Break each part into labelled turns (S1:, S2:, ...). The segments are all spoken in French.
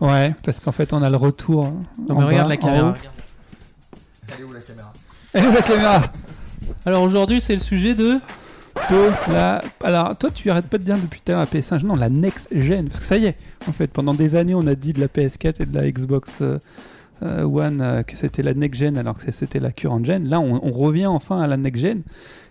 S1: Ouais, parce qu'en fait, on a le retour.
S2: Non,
S1: en
S2: mais regarde
S1: bas,
S2: la
S1: en
S2: caméra.
S1: haut.
S3: Elle est où la caméra
S1: Elle est où la caméra
S2: Alors aujourd'hui, c'est le sujet de.
S1: de la- Alors, toi, tu arrêtes pas de dire depuis tout à l'heure la PS5, non, la next-gen. Parce que ça y est, en fait, pendant des années, on a dit de la PS4 et de la Xbox euh, euh, One euh, que c'était la next-gen, alors que c'était la current-gen. Là, on, on revient enfin à la next-gen.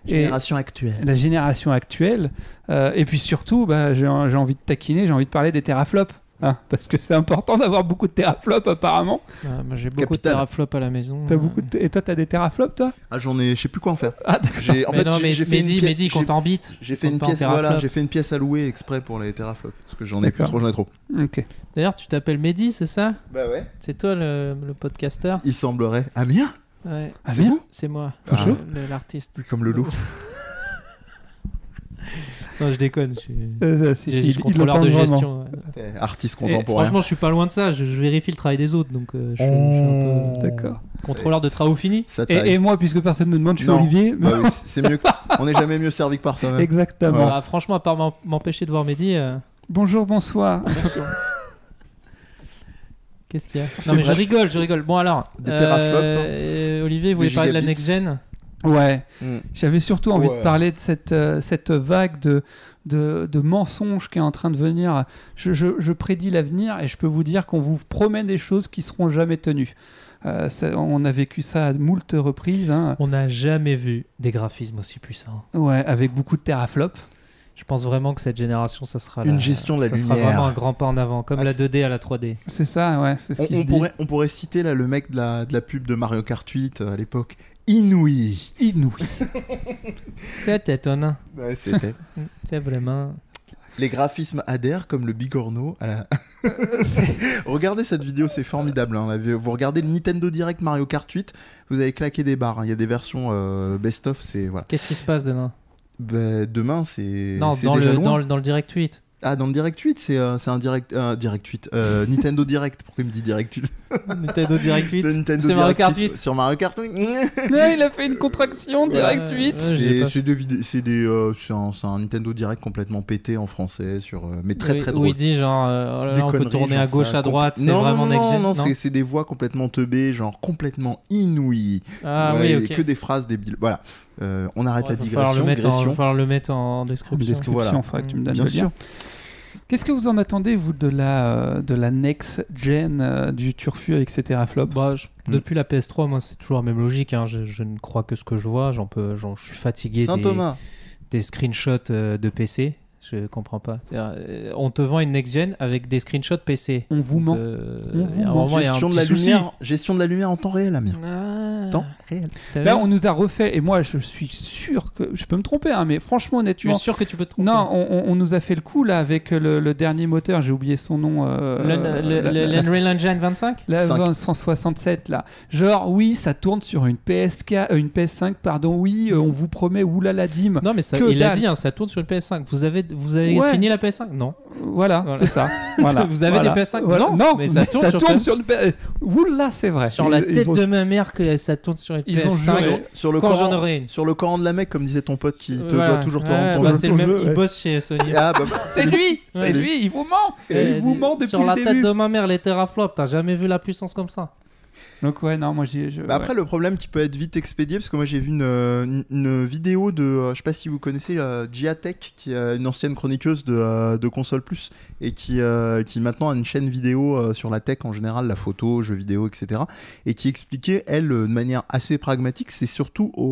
S1: Et
S3: Génération actuelle.
S1: la génération actuelle. euh, et puis surtout, bah, j'ai j'ai envie de taquiner, j'ai envie de parler des teraflops. hein, parce que c'est important d'avoir beaucoup de teraflops, apparemment.
S2: Ah, moi, j'ai beaucoup
S3: Capital.
S2: de teraflops à la maison.
S1: T'as
S2: Euh,
S1: beaucoup de t- Et toi, t'as des teraflops, toi
S3: Ah, j'en ai, je sais plus quoi en faire.
S1: Hmm. Ah, d'accord.
S3: J'ai, en
S2: mais
S3: fait,
S2: non,
S3: j'ai-
S2: mais
S3: j'ai fait une
S2: Mehdi,
S3: pièce-
S2: Mehdi,
S3: j'ai-
S2: quand t'embites.
S3: J'ai fait
S2: compte
S3: une
S2: pas en
S3: pièce, voilà,
S2: teraflop.
S3: j'ai fait une pièce à louer exprès pour les teraflops parce que j'en ai plus
S1: D'accord.
S3: trop, j'en ai trop.
S1: Ok.
S2: D'ailleurs, tu t'appelles Mehdi, c'est ça
S3: Bah ouais.
S2: C'est toi le, le podcasteur
S3: Il semblerait. Ah bien.
S2: Ouais,
S1: Ah,
S3: c'est
S1: bien.
S3: vous
S2: c'est moi, Ah,
S3: Bonjour.
S2: le- le- l'artiste.
S3: C'est comme le loup.
S2: Non, je déconne, je suis,
S1: Euh, si,
S2: je
S1: si,
S2: suis
S1: il- il le
S2: contrôleur
S1: parle
S2: de
S1: vraiment.
S2: gestion. ouais. Eh,
S3: T'es artiste
S1: Et
S3: contemporain.
S2: Franchement, je suis pas loin de ça, je, je vérifie le travail des autres, donc euh, je, suis- je suis un peu
S1: D'accord.
S2: contrôleur
S3: Eh,
S2: de travaux finis.
S3: Ça taille.
S1: Oh. Et, et moi, puisque personne ne me demande, je suis
S3: Non.
S1: Olivier.
S3: Bah oui, c'est mieux. que- On n'est jamais mieux servi que par soi-même.
S1: Exactement.
S2: Bah, franchement, à part m'en- m'empêcher de voir Mehdi, euh,
S1: Bonjour, bonsoir.
S2: qu'est-ce qu'il y a Non, mais je
S3: bref.
S2: rigole, je rigole. Bon, alors,
S3: Des teraflops, hein.
S2: euh, Olivier, vous
S3: Des
S2: voulez parler de la
S3: gigabits.
S2: next-gen
S1: Ouais,
S3: Mm.
S1: j'avais surtout envie
S3: Ouais.
S1: de parler de cette, euh, cette vague de, de, de mensonges qui est en train de venir. Je, je- je prédis l'avenir et je peux vous dire qu'on vous promet des choses qui seront jamais tenues. Euh, ça- on a vécu ça à moult reprises, hein.
S2: On n'a jamais vu des graphismes aussi puissants.
S1: ouais, avec beaucoup de teraflops.
S2: Je pense vraiment que cette génération, ça sera
S3: Une
S2: la-
S3: gestion de la
S2: ça sera
S3: lumière.
S2: vraiment un grand pas en avant, comme
S3: Ah,
S2: la
S3: c'est-
S2: 2D à la 3D.
S1: C'est ça, ouais, c'est ce
S3: On,
S1: qui
S3: on
S1: se
S3: pourrait, on pourrait citer là le mec de la, de la pub de Mario Kart 8 euh, à l'époque. Inouï.
S1: dit. Inouï.
S2: C'est étonnant.
S3: Ouais, c'était.
S2: C'est vraiment.
S3: Les graphismes adhèrent comme le Bigorneau à la. regardez cette vidéo, c'est formidable. hein. La vi- Vous regardez le Nintendo Direct Mario Kart 8, vous avez claqué des barres. hein. Il y a des versions euh, best-of, c'est voilà.
S2: Qu'est-ce qui se passe dedans
S3: Bah, demain, c'est.
S2: Non,
S3: c'est
S2: dans
S3: déjà
S2: le,
S3: loin.
S2: dans, le, dans le Direct 8.
S3: Ah, dans le Direct 8, c'est euh, c'est un Direct, euh, direct 8. euh, Nintendo Direct, pourquoi il me dit Direct 8
S2: Nintendo Direct 8.
S3: C'est Nintendo
S2: C'est Mario
S3: Direct
S2: Kart
S3: 8. Sur Mario Kart 8.
S1: Ouais, il a fait une contraction direct
S2: Ouais.
S1: 8.
S2: je l'ai
S3: C'est-
S2: Euh, pas
S3: C'est des vidé- c'est des, euh, c'est un, c'est un Nintendo Direct complètement pété en français, sur, euh, mais très
S2: Oui,
S3: très
S2: où
S3: drôle.
S2: il dit genre, euh, oh là là,
S3: Des
S2: on peut
S3: conneries,
S2: tourner à
S3: genre,
S2: gauche,
S3: ça,
S2: à droite,
S3: compl-
S2: c'est
S3: Non,
S2: vraiment
S3: non,
S2: next
S3: non,
S2: gen.
S3: non, c'est- c'est des voix complètement teubées, genre complètement inouïes.
S2: Ah
S3: Voilà,
S2: oui,
S3: et
S2: ok.
S3: que des phrases débiles. Voilà, Euh, on arrête
S2: Ouais,
S3: la
S2: faut falloir le
S3: digression.
S2: mettre en-
S3: digression.
S2: faut falloir le mettre en description.
S1: Description,
S3: Voilà. Mmh.
S1: faudrait que tu me donnes
S3: Bien
S1: le lien.
S3: sûr.
S1: Qu'est-ce que vous en attendez, vous, de la, euh, de la next gen, euh, du turfu avec ces teraflops
S2: Bah, je-
S3: Mm.
S2: Depuis la PS3, moi, c'est toujours la même logique. hein. Je, je ne crois que ce que je vois. J'en peux, j'en- je suis fatigué
S3: Saint
S2: des,
S3: Thomas.
S2: des screenshots euh, de PC. Je comprends pas. C'est-à-dire, euh, On te vend une next-gen avec des screenshots PC.
S1: On vous ment.
S2: Euh,
S1: On vous
S2: il y a un
S1: ment.
S2: moment, il y a un
S3: gestion, de
S2: petit
S3: la
S2: souci.
S3: lumière, gestion de la lumière en temps réel, Amir.
S2: Ah,
S3: Temps réel.
S2: t'as vu
S1: Là, on nous a refait, et moi, je suis sûr que. Je peux me tromper, hein, mais franchement,
S2: Tu
S1: honnêtement.
S2: es sûr que tu peux te tromper
S1: Non, on, on- on nous a fait le coup, là, avec le, le dernier moteur, j'ai oublié son nom. euh,
S2: Le- le- le-
S1: la- la- la-
S2: L'Unreal Engine 25
S1: La
S3: Cinq.
S1: 167 là. Genre oui, ça tourne sur une PSK, euh, une PS5 pardon. Oui, euh, on vous promet oulala dîme.
S2: Non, mais ça,
S1: Que
S2: il a
S1: dalle.
S2: dit, hein, ça tourne sur le PS5. Vous avez, vous avez
S1: Ouais.
S2: fini la PS5 Non.
S1: Voilà,
S2: Voilà.
S1: c'est ça. Voilà.
S2: Vous avez
S1: Voilà.
S2: des PS5
S1: Voilà.
S2: Non, mais ça tourne sur PS5.
S1: sur une PS5. Oula, c'est vrai.
S2: Sur la
S1: Ils- ils
S2: tête
S1: ont-
S2: de ma mère que ça tourne sur une
S1: Ils ont
S2: PS5.
S1: juré.
S3: Sur, sur le
S2: Quand j'en
S3: coran,
S2: aurai une.
S3: sur le coran de la mec, comme disait ton pote qui te
S2: Voilà.
S3: doit toujours te rendre
S2: Ouais,
S3: ton
S2: bah,
S3: jeu.
S2: c'est le
S1: Ton
S2: même,
S1: jeu,
S2: il
S1: ouais.
S2: bosse chez Sony.
S3: Ah, bah,
S1: C'est lui,
S2: Ouais.
S1: c'est lui, il vous ment.
S2: Euh,
S1: il vous ment depuis
S2: Sur la
S1: le
S2: tête
S1: début.
S2: de ma mère, les teraflops, t'as jamais vu la puissance comme ça.
S1: Donc euh, ouais, non, moi j'ai je-
S3: Bah après le problème qui peut être vite expédié parce que moi j'ai vu une, euh, une- une vidéo de euh, je sais pas si vous connaissez euh, Gia Tech qui est une ancienne chroniqueuse de, euh, de console plus et qui euh, qui maintenant a une chaîne vidéo euh, sur la tech en général la photo jeux vidéo etc et qui expliquait elle euh, de manière assez pragmatique c'est surtout aux,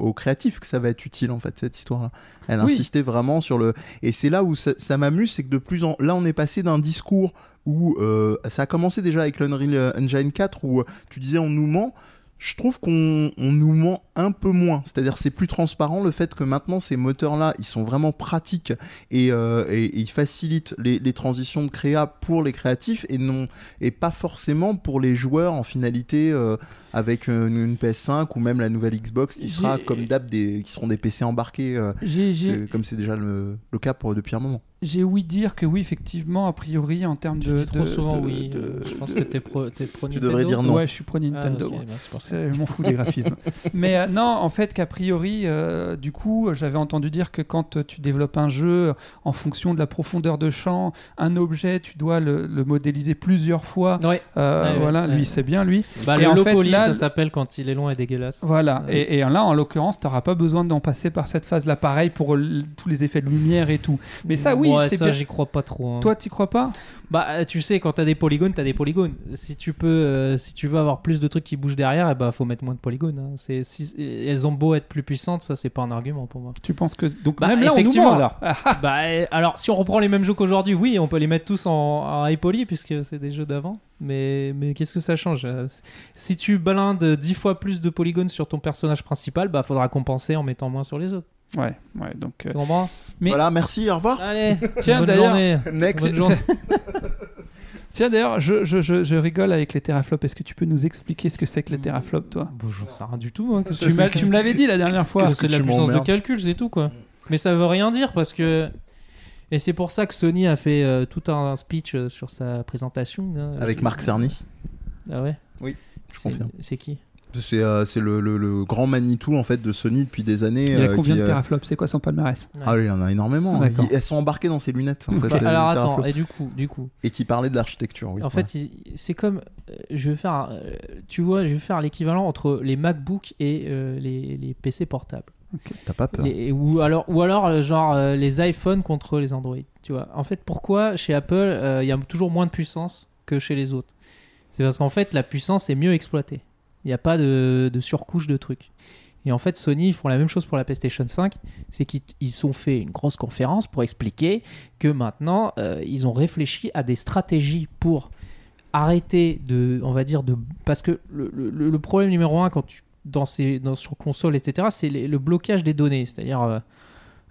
S3: aux- aux créatifs que ça va être utile en fait cette histoire là elle
S1: Oui.
S3: insistait vraiment sur le et c'est là où ça, ça m'amuse c'est que de plus en là on est passé d'un discours où euh, ça a commencé déjà avec l'Unreal Engine 4 où euh, tu disais on nous ment je trouve qu'on on nous ment un peu moins. C'est-à-dire c'est plus transparent le fait que maintenant ces moteurs-là, ils sont vraiment pratiques et, euh, et- et ils facilitent les, les transitions de créa pour les créatifs et non et pas forcément pour les joueurs en finalité euh, avec une, une PS5 ou même la nouvelle Xbox qui sera
S1: J'ai-
S3: comme d'hab des qui seront des PC embarqués euh,
S1: ouais. J'ai- j'ai-
S3: c'est- comme c'est déjà le, le cas pour depuis un moment.
S1: J'ai ouï dire que oui, effectivement, a priori, en termes
S2: Tu
S1: de.
S2: dis trop
S1: de-
S2: souvent
S1: de-
S2: oui.
S1: de-
S2: euh, je pense que t'es pro, t'es pro
S3: Tu
S2: Nintendo.
S3: devrais dire non.
S1: Ouais, je suis pro
S2: Ah,
S1: Nintendo.
S2: ok,
S1: ouais.
S2: bah, c'est pour ça.
S1: C'est- Je m'en fous des graphismes. Mais euh, non, en fait, qu'a priori, euh, du coup, j'avais entendu dire que quand euh, tu développes un jeu, en fonction de la profondeur de champ, un objet, tu dois le, le modéliser plusieurs fois.
S2: Ouais.
S1: Euh,
S2: Ah Ouais, ouais,
S1: voilà,
S2: ouais,
S1: lui,
S2: ouais.
S1: c'est bien, lui.
S2: Bah,
S1: Et
S2: le
S1: en
S2: low
S1: fait,
S2: poly,
S1: là,
S2: ça s'appelle quand il est long et dégueulasse.
S1: Voilà.
S2: Ouais.
S1: Et, et là, en l'occurrence, t'auras pas besoin d'en passer par cette phase-là, pareil pour l- tous les effets de lumière et tout. Mais ça, oui,
S2: Ouais,
S1: c'est
S2: ça,
S1: bien.
S2: j'y crois pas trop. hein.
S1: Toi, t'y crois pas
S2: Bah, tu sais, quand t'as des polygones, t'as des polygones. Si tu peux, euh, si tu veux avoir plus de trucs qui bougent derrière, eh bah, faut mettre moins de polygones. hein. C'est, si, elles ont beau être plus puissantes, ça, c'est pas un argument pour moi.
S1: Tu penses que donc
S2: Bah,
S1: même là, on nous
S2: effectivement.
S1: ment alors. Ah,
S2: bah, euh, alors, si on reprend les mêmes jeux qu'aujourd'hui, oui, on peut les mettre tous en, en high poly puisque c'est des jeux d'avant. Mais, mais qu'est-ce que ça change euh, c- Si tu blindes 10 fois plus de polygones sur ton personnage principal, bah, faudra compenser en mettant moins sur les autres.
S1: ouais, ouais. Donc euh,
S2: Tu comprends
S1: Mais-
S3: Voilà, merci, au revoir.
S2: Allez,
S1: Tiens,
S2: bonne
S1: d'ailleurs,
S2: journée.
S3: Next.
S2: Bonne journée.
S1: Tiens, d'ailleurs, je, je, je, je rigole avec les teraflops. Est-ce que tu peux nous expliquer ce que c'est que les teraflops, toi
S2: Bonjour, ça rien du tout. hein, Moi,
S1: tu, m'as- tu me l'avais dit la dernière fois.
S3: Qu'est-ce
S2: c'est
S3: que
S2: de la
S3: tu
S2: puissance de
S3: m'emmerdes.
S2: calcul, c'est tout quoi. Mais ça veut rien dire parce que. Et c'est pour ça que Sony a fait euh, tout un speech euh, sur sa présentation. hein.
S3: Avec Marc Cerny,
S2: Ah ouais
S3: je
S2: C'est-
S3: confirme.
S2: C'est qui
S3: C'est euh, c'est le, le- le grand Manitou en fait de Sony depuis des années.
S1: Il y a
S3: euh,
S1: combien
S3: qui,
S1: de
S3: euh,
S1: teraflops C'est quoi son palmarès
S3: Ah oui, il en a énormément.
S1: D'accord.
S3: Ils- elles sont embarquées dans ses lunettes. en fait, euh,
S2: Bah,
S3: les
S2: Alors attends,
S3: teraflops.
S2: et du coup, du coup.
S3: Et qui parlait de l'architecture, oui.
S2: en
S3: voilà.
S2: fait, il- c'est comme. euh, je vais faire. un- euh, tu vois, je vais faire l'équivalent entre les MacBook et euh, les, les PC portables.
S3: T'as pas peur.
S2: Les- ou alors, ou alors euh, genre euh, les iPhones contre les Android. Tu vois. En fait, pourquoi chez Apple euh, il y a toujours moins de puissance que chez les autres C'est parce qu'en fait la puissance est mieux exploitée. Il n'y a pas de, de surcouche de trucs. Et en fait, Sony ils font la même chose pour la PlayStation 5, c'est qu'ils ils ont fait une grosse conférence pour expliquer que maintenant euh, ils ont réfléchi à des stratégies pour arrêter de, on va dire de, parce que le, le- le problème numéro un quand tu dans ces dans sur console etc c'est les- le blocage des données c'est-à-dire euh,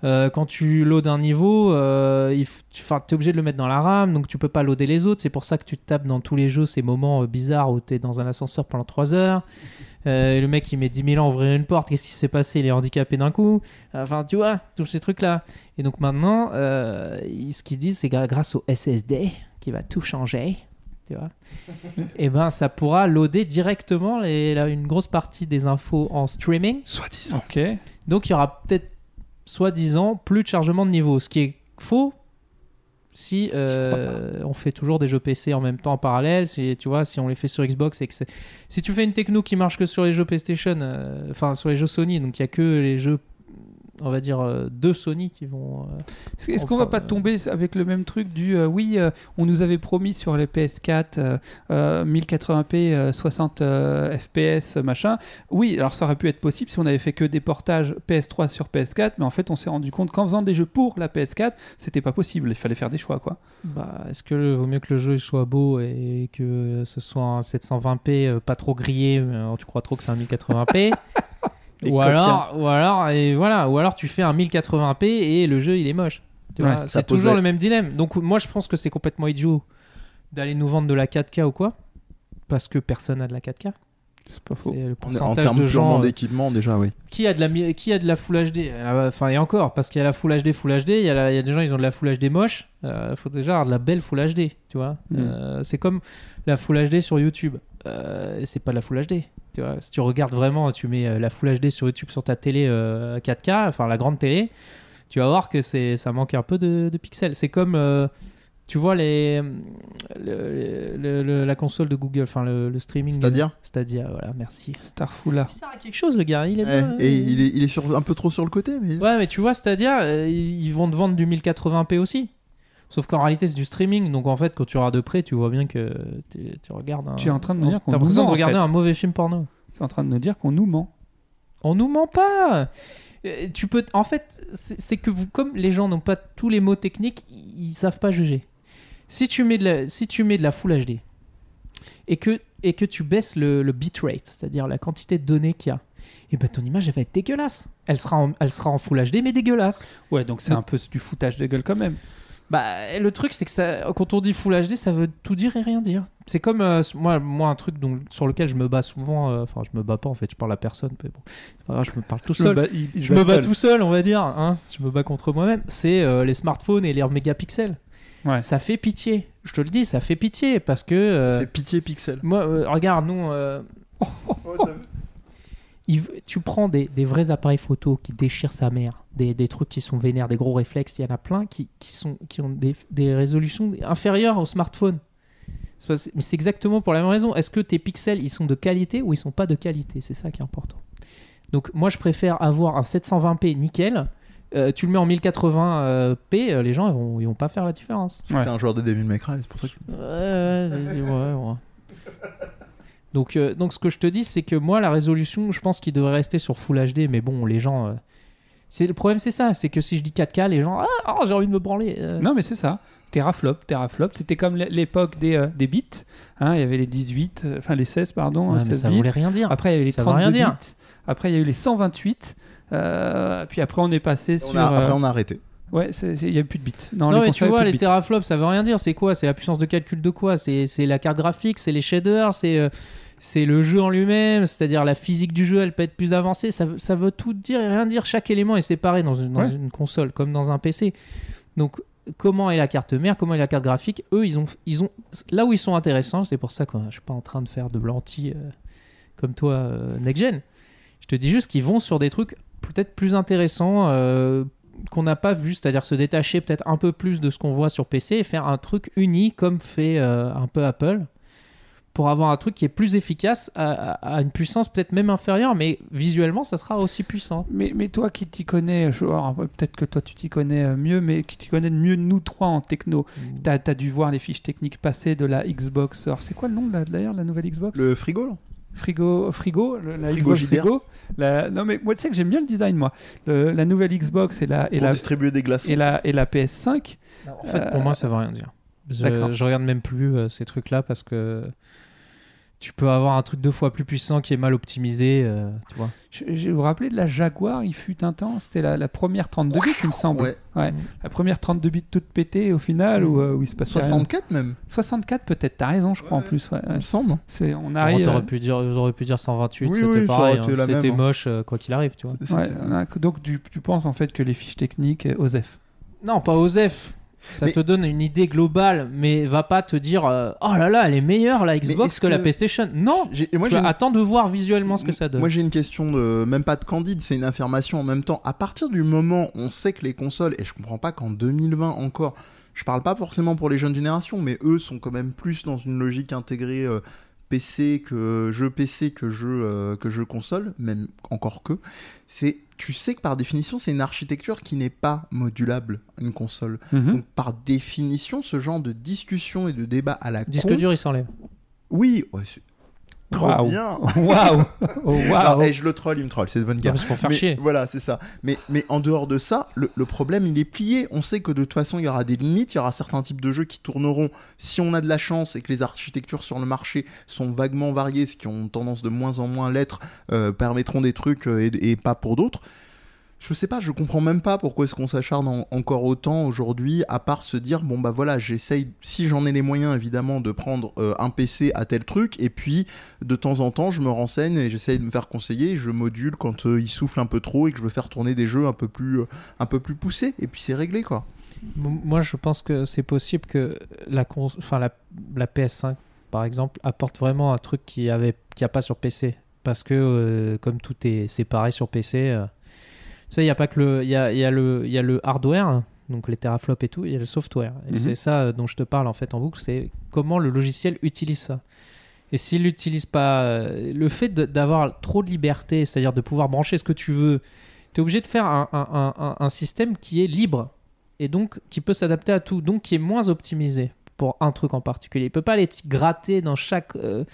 S2: euh, quand tu loads un niveau, euh, il f- tu es obligé de le mettre dans la RAM, donc tu peux pas loader les autres. C'est pour ça que tu te tapes dans tous les jeux ces moments euh, bizarres où tu es dans un ascenseur pendant 3 heures. Euh, et le mec il met 10 000 ans à ouvrir une porte, qu'est-ce qui s'est passé Il est handicapé d'un coup. Enfin, tu vois, tous ces trucs-là. Et donc maintenant, euh, ils- ce qu'ils disent, c'est gra- grâce au SSD qui va tout changer. Tu vois Et ben ça pourra loader directement les- là, une grosse partie des infos en streaming.
S3: Soit disant.
S1: Ok.
S2: Donc il y aura peut-être, soi-disant, plus de chargement de niveau, ce qui est faux si euh, on fait toujours des jeux PC en même temps en parallèle, si tu vois, si on les fait sur Xbox et que c'est- si tu fais une techno qui marche que sur les jeux PlayStation, euh, enfin sur les jeux Sony, donc il y a que les jeux, on va dire euh, de Sony qui vont. euh,
S1: Est-ce est-ce qu'on va pas
S2: Enfin, euh,
S1: tomber avec le même truc du euh, oui, euh, on nous avait promis sur les PS4 euh, euh, 1080p, euh, 60 euh, FPS, euh, machin. Oui, alors ça aurait pu être possible si on avait fait que des portages PS3 sur PS4, mais en fait, on s'est rendu compte qu'en faisant des jeux pour la PS4, c'était pas possible. Il fallait faire des choix, quoi.
S2: bah, est-ce que le- vaut mieux que le jeu il soit beau et que ce soit un 720p, euh, pas trop grillé, mais, euh, tu crois trop que c'est un 1080p
S1: Les
S2: ou
S1: coquins.
S2: alors, ou alors, et voilà, ou alors tu fais un 1080p et le jeu il est moche. Tu
S1: Ouais,
S2: vois,
S3: ça
S2: c'est toujours
S3: posait-
S2: le même dilemme. Donc moi je pense que c'est complètement idiot d'aller nous vendre de la 4K ou quoi, parce que personne n'a de la 4K.
S1: C'est pas faux.
S2: C'est le
S3: En, en
S2: pourcentage
S3: termes
S2: de
S3: purement
S2: gens. euh,
S3: d'équipement, déjà, oui.
S2: qui a de la mi- qui a de la Full HD Elle a- enfin et encore parce qu'il y a la Full HD Full HD il y, a la- il y a des gens ils ont de la Full HD moche il faut déjà avoir de la belle Full HD tu vois
S1: Mm.
S2: Euh, c'est comme la Full HD sur YouTube Euh, c'est pas de la Full HD tu vois si tu regardes vraiment tu mets euh, la Full HD sur YouTube sur ta télé euh, 4K enfin la grande télé tu vas voir que c'est ça manque un peu de, de pixels c'est comme euh, tu vois les, le- le- le- la console de Google, enfin le, le streaming.
S3: C'est-à-dire
S2: Stadia, voilà, merci.
S1: Starfoula.
S2: Ça à quelque chose, le gars, il est
S3: Eh,
S2: bon,
S3: Et
S2: hein.
S3: il est, il est sur, un peu trop sur le côté, mais.
S2: Ouais, mais tu vois, c'est-à-dire, euh, ils ils vont te vendre du 1080p aussi. Sauf qu'en réalité, c'est du streaming. Donc en fait, quand tu regardes de près, tu vois bien que tu, tu regardes. Un...
S1: Tu es en train de me dire qu'on
S2: T'as
S1: nous
S2: l'impression
S1: ment,
S2: de
S1: en
S2: regarder
S1: fait.
S2: un mauvais film porno.
S1: C'est en train de nous dire qu'on nous ment.
S2: On nous ment pas Euh, tu peux en fait c'est c'est que vous comme les gens n'ont pas tous les mots techniques ils, ils savent pas juger si tu mets de la si tu mets de la full HD et que et que tu baisses le, le bitrate c'est-à-dire la quantité de données qu'il y a et ben ton image elle va être dégueulasse elle sera en, elle sera en full HD mais dégueulasse
S1: Ouais, donc c'est un peu du foutage de gueule quand même.
S2: Bah, le truc, c'est que ça, quand on dit Full HD, ça veut tout dire et rien dire. C'est comme euh, moi, moi, un truc dont, sur lequel je me bats souvent. euh, Enfin, je me bats pas en fait, je parle à personne. Mais bon, c'est pas grave, je me parle tout
S1: Je me
S2: seul.
S1: bats, il- il
S2: Je
S1: va
S2: me bats
S1: seul.
S2: tout seul, on va dire. Hein. Je me bats contre moi-même. C'est euh, les smartphones et les mégapixels.
S1: Ouais.
S2: Ça fait pitié. Je te le dis, ça fait pitié parce que. euh,
S3: Fait pitié pixel.
S2: Moi, euh, regarde, nous, euh, il v- tu prends des, des vrais appareils photo qui déchirent sa mère, des, des trucs qui sont vénères, des gros réflexes, il y en a plein qui, qui sont, qui ont des, des résolutions inférieures au smartphone. C'est pas- Mais c'est exactement pour la même raison. Est-ce que tes pixels, ils sont de qualité ou ils sont pas de qualité C'est ça qui est important. Donc moi, je préfère avoir un 720p nickel. Euh, tu le mets en 1080p, euh, les gens, ils vont, ils vont pas faire la différence.
S3: T'es un joueur de Devil May Cry, c'est pour ça que.
S2: Ouais, ouais, vas-y, ouais, ouais. Donc, euh, donc ce que je te dis, c'est que moi, la résolution, je pense qu'il devrait rester sur Full HD, mais bon, les gens... euh, c'est, le problème, c'est ça, c'est que si je dis 4K, les gens... Ah, ah, j'ai envie de me branler. euh.
S1: Non, mais c'est ça. Teraflop, teraflop. C'était comme l'é- l'époque des, euh, des bits. hein, il y avait les 18, euh, enfin les 16, pardon.
S2: Ouais, Ah, mais
S1: 16
S2: ça
S1: bits.
S2: voulait rien dire.
S1: Après, il y avait les
S2: Ça veut
S1: 32
S2: rien dire.
S1: bits. Après, il y a eu les 128. euh, puis après, on est passé
S3: On
S1: sur.
S3: a- Après,
S1: euh,
S3: on a arrêté.
S1: Ouais, c'est- c'est- il n'y a plus de bits. Dans
S2: non,
S1: les
S2: mais
S1: consoles,
S2: tu
S1: il y a
S2: vois,
S1: plus de
S2: les
S1: bits.
S2: teraflops, ça veut rien dire. C'est quoi C'est la puissance de calcul de quoi c'est, c'est la carte graphique, c'est les shaders, c'est, euh, c'est le jeu en lui-même, c'est-à-dire la physique du jeu, elle peut être plus avancée. Ça, veut- ça veut tout dire et rien dire. Chaque élément est séparé dans, une, dans
S1: Ouais.
S2: une console, comme dans un PC. Donc, comment est la carte mère Comment est la carte graphique Eux, ils ont, ils ont. Là où ils sont intéressants, c'est pour ça que euh, je suis pas en train de faire de l'anti euh, comme toi, euh, Next Gen. Je te dis juste qu'ils vont sur des trucs peut-être plus intéressants euh, qu'on n'a pas vu, c'est-à-dire se détacher peut-être un peu plus de ce qu'on voit sur PC et faire un truc uni comme fait euh, un peu Apple pour avoir un truc qui est plus efficace à, à- à une puissance peut-être même inférieure, mais visuellement ça sera aussi puissant.
S1: Mais, mais toi qui t'y connais, je- alors, ouais, peut-être que toi tu t'y connais euh, mieux, mais qui t'y connais mieux de nous trois en techno,
S2: Mm.
S1: t'as as dû voir les fiches techniques passer de la Xbox. Alors, c'est quoi le nom de la- d'ailleurs de la nouvelle Xbox
S3: Le frigo, là
S1: Frigo, frigo, le- la
S3: Frigo
S1: Xbox
S3: JDR.
S1: frigo. La- non mais moi tu sais que j'aime bien le design moi. Le- la nouvelle Xbox et la et
S3: Pour
S1: la
S3: distribuer des glaçons.
S1: et la et la PS5.
S2: en fait, pour
S1: Euh,
S2: moi, ça veut rien dire. Je,
S1: d'accord.
S2: je regarde même plus euh, ces trucs-là parce que tu peux avoir un truc deux fois plus puissant qui est mal optimisé, euh, tu vois.
S1: Je, je vous rappelais de la Jaguar, il fut un temps, c'était la, la première 32 bits il me semble.
S3: Ouais. Mm.
S1: La première 32 bits toute pétée au final où, euh, où il se passait rien.
S3: 64 même,
S1: 64 peut-être, t'as raison je crois en plus. ouais, ouais.
S3: il me semble. hein.
S1: C'est on
S2: Pour moi,
S1: arrive. euh,
S2: t'aurais pu dire, j'aurais pu dire 128,
S3: Oui,
S2: c'était
S3: oui, ça
S2: pareil,
S3: aurait été
S2: hein.
S3: la
S2: c'était
S3: même, hein.
S2: moche euh, quoi qu'il arrive, tu vois.
S1: Ouais,
S3: C'était-
S1: on a- donc tu, tu penses en fait que les fiches techniques, euh, OSEF.
S2: Non, pas Osef. Ça
S3: Mais-
S2: te donne une idée globale, mais va pas te dire euh, oh là là, elle est meilleure la Xbox
S3: est-ce
S2: que, la
S3: que-
S2: PlayStation. Non,
S3: J'ai- et moi,
S2: tu
S3: j'ai une-
S2: attends de voir visuellement ce que ça donne.
S3: Moi j'ai une question de même pas de candide, c'est une affirmation en même temps. À partir du moment où on sait que les consoles et je comprends pas qu'en 2020 encore, je parle pas forcément pour les jeunes générations, mais eux sont quand même plus dans une logique intégrée euh, PC que jeu PC que jeu euh, que jeu console, même encore que. C'est tu sais que par définition c'est une architecture qui n'est pas modulable une console.
S2: Hmm
S3: Donc par définition ce genre de discussion et de débat à la
S2: Disque
S3: con-
S2: dur, il s'enlève.
S3: Oui, ouais, c'est trop
S1: Waouh.
S3: bien.
S1: Waouh Oh,
S3: Alors,
S1: waouh
S3: eh, je le troll, il me troll, c'est de bonne guerre.
S2: Non, mais c'est pour faire
S3: Mais
S2: chier.
S3: Voilà, c'est ça. Mais, mais en dehors de ça, le, le problème, il est plié. On sait que de toute façon, il y aura des limites, il y aura certains types de jeux qui tourneront. Si on a de la chance et que les architectures sur le marché sont vaguement variées, ce qui ont tendance de moins en moins à l'être, euh, permettront des trucs euh, et, et pas pour d'autres. Je sais pas, je comprends même pas pourquoi est-ce qu'on s'acharne en- encore autant aujourd'hui, à part se dire, bon bah voilà, j'essaye, si j'en ai les moyens évidemment, de prendre euh, un PC à tel truc, et puis de temps en temps, je me renseigne et j'essaye de me faire conseiller. et Je module quand euh, il souffle un peu trop et que je veux faire tourner des jeux un peu plus, euh, un peu plus poussés. Et puis c'est réglé, quoi.
S2: M- Moi, je pense que c'est possible que la, cons- enfin, la, la PS5, par exemple, apporte vraiment un truc qui avait, qui a pas sur PC, parce que euh, comme tout est séparé sur PC, euh, tu sais, il y a pas que le, il y a, il y a le, il y a le hardware, hein, donc les teraflops et tout, il y a le software. Et
S1: Mhm.
S2: c'est ça euh, dont je te parle en fait en boucle, c'est comment le logiciel utilise ça. Et s'il l'utilise pas, euh, le fait de- d'avoir trop de liberté, c'est-à-dire de pouvoir brancher ce que tu veux, tu es obligé de faire un, un- un- un- un système qui est libre et donc qui peut s'adapter à tout, donc qui est moins optimisé pour un truc en particulier. Il peut pas aller t- gratter dans chaque euh,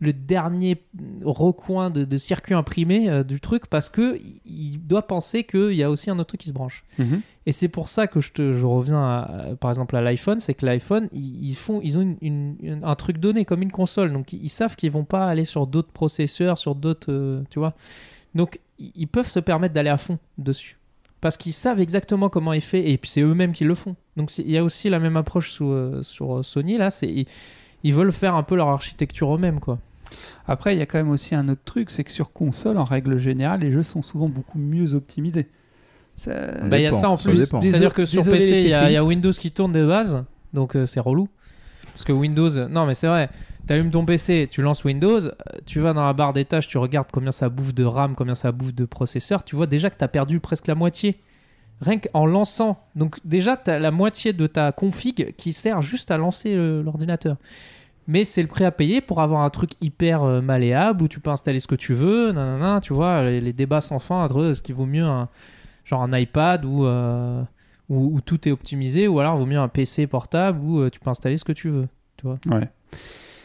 S2: le dernier recoin de, de circuit imprimé euh, du truc parce que il- il doit penser qu'il y a aussi un autre truc qui se branche.
S1: Mhm.
S2: Et c'est pour ça que je, te, je reviens à- à- par exemple à l'iPhone, c'est que l'iPhone, ils, ils font, ils ont une- une- une- un truc donné comme une console, donc ils, ils savent qu'ils vont pas aller sur d'autres processeurs, sur d'autres, euh, tu vois. Donc ils, ils peuvent se permettre d'aller à fond dessus. parce qu'ils savent exactement comment est fait et puis c'est eux-mêmes qui le font. Donc c'est- il y a aussi la même approche sous, euh, sur euh, Sony là, c'est ils, ils veulent faire un peu leur architecture eux-mêmes quoi.
S1: Après, il y a quand même aussi un autre truc, c'est que sur console, en règle générale, les jeux sont souvent beaucoup mieux optimisés. Ça-
S3: Ça
S2: Bah il y a
S3: dépend,
S2: ça en
S3: ça
S2: plus,
S3: dépend.
S2: c'est-à-dire que sur
S1: Désolé,
S2: PC il y, a- il y a
S1: PCistes.
S2: Windows qui tourne de base, donc euh, c'est relou. Parce que Windows, euh, non mais c'est vrai, t'allumes ton PC, tu lances Windows, euh, tu vas dans la barre des tâches, tu regardes combien ça bouffe de RAM, combien ça bouffe de processeur, tu vois déjà que t'as perdu presque la moitié. Rien qu'en lançant. Donc déjà t'as la moitié de ta config qui sert juste à lancer le- l'ordinateur. Mais c'est le prix à payer pour avoir un truc hyper euh, malléable où tu peux installer ce que tu veux, nanana, tu vois, les, les débats sans fin entre euh, ce qui vaut mieux un, genre un iPad ou euh, où, où tout est optimisé, ou alors vaut mieux un PC portable où euh, tu peux installer ce que tu veux.
S1: Ouais.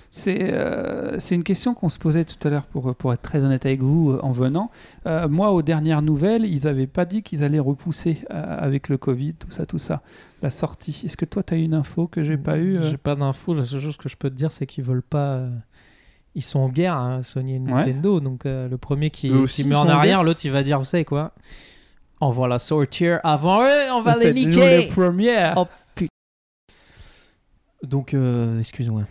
S1: C'est euh, c'est une question qu'on se posait tout à l'heure pour, pour être très honnête avec vous euh, en venant. Euh, moi, aux dernières nouvelles, ils n'avaient pas dit qu'ils allaient repousser euh, avec le Covid, tout ça, tout ça, la sortie. Est-ce que toi, tu as une info que j'ai pas eu euh
S2: J'ai pas d'infos. La seule chose que je peux te dire, c'est qu'ils veulent pas. euh, Ils sont en guerre, hein, Sony et Nintendo. Donc euh, le premier qui,
S3: Eux
S2: qui
S3: aussi,
S2: met
S3: ils
S2: en
S3: sont en
S2: arrière,
S3: guerre
S2: l'autre il va dire, vous savez quoi On va la sortir avant eux, on va
S1: Bah,
S2: les
S1: C'est nous les
S2: niquer.
S1: premières.
S2: Oh, Donc euh, excuse-moi.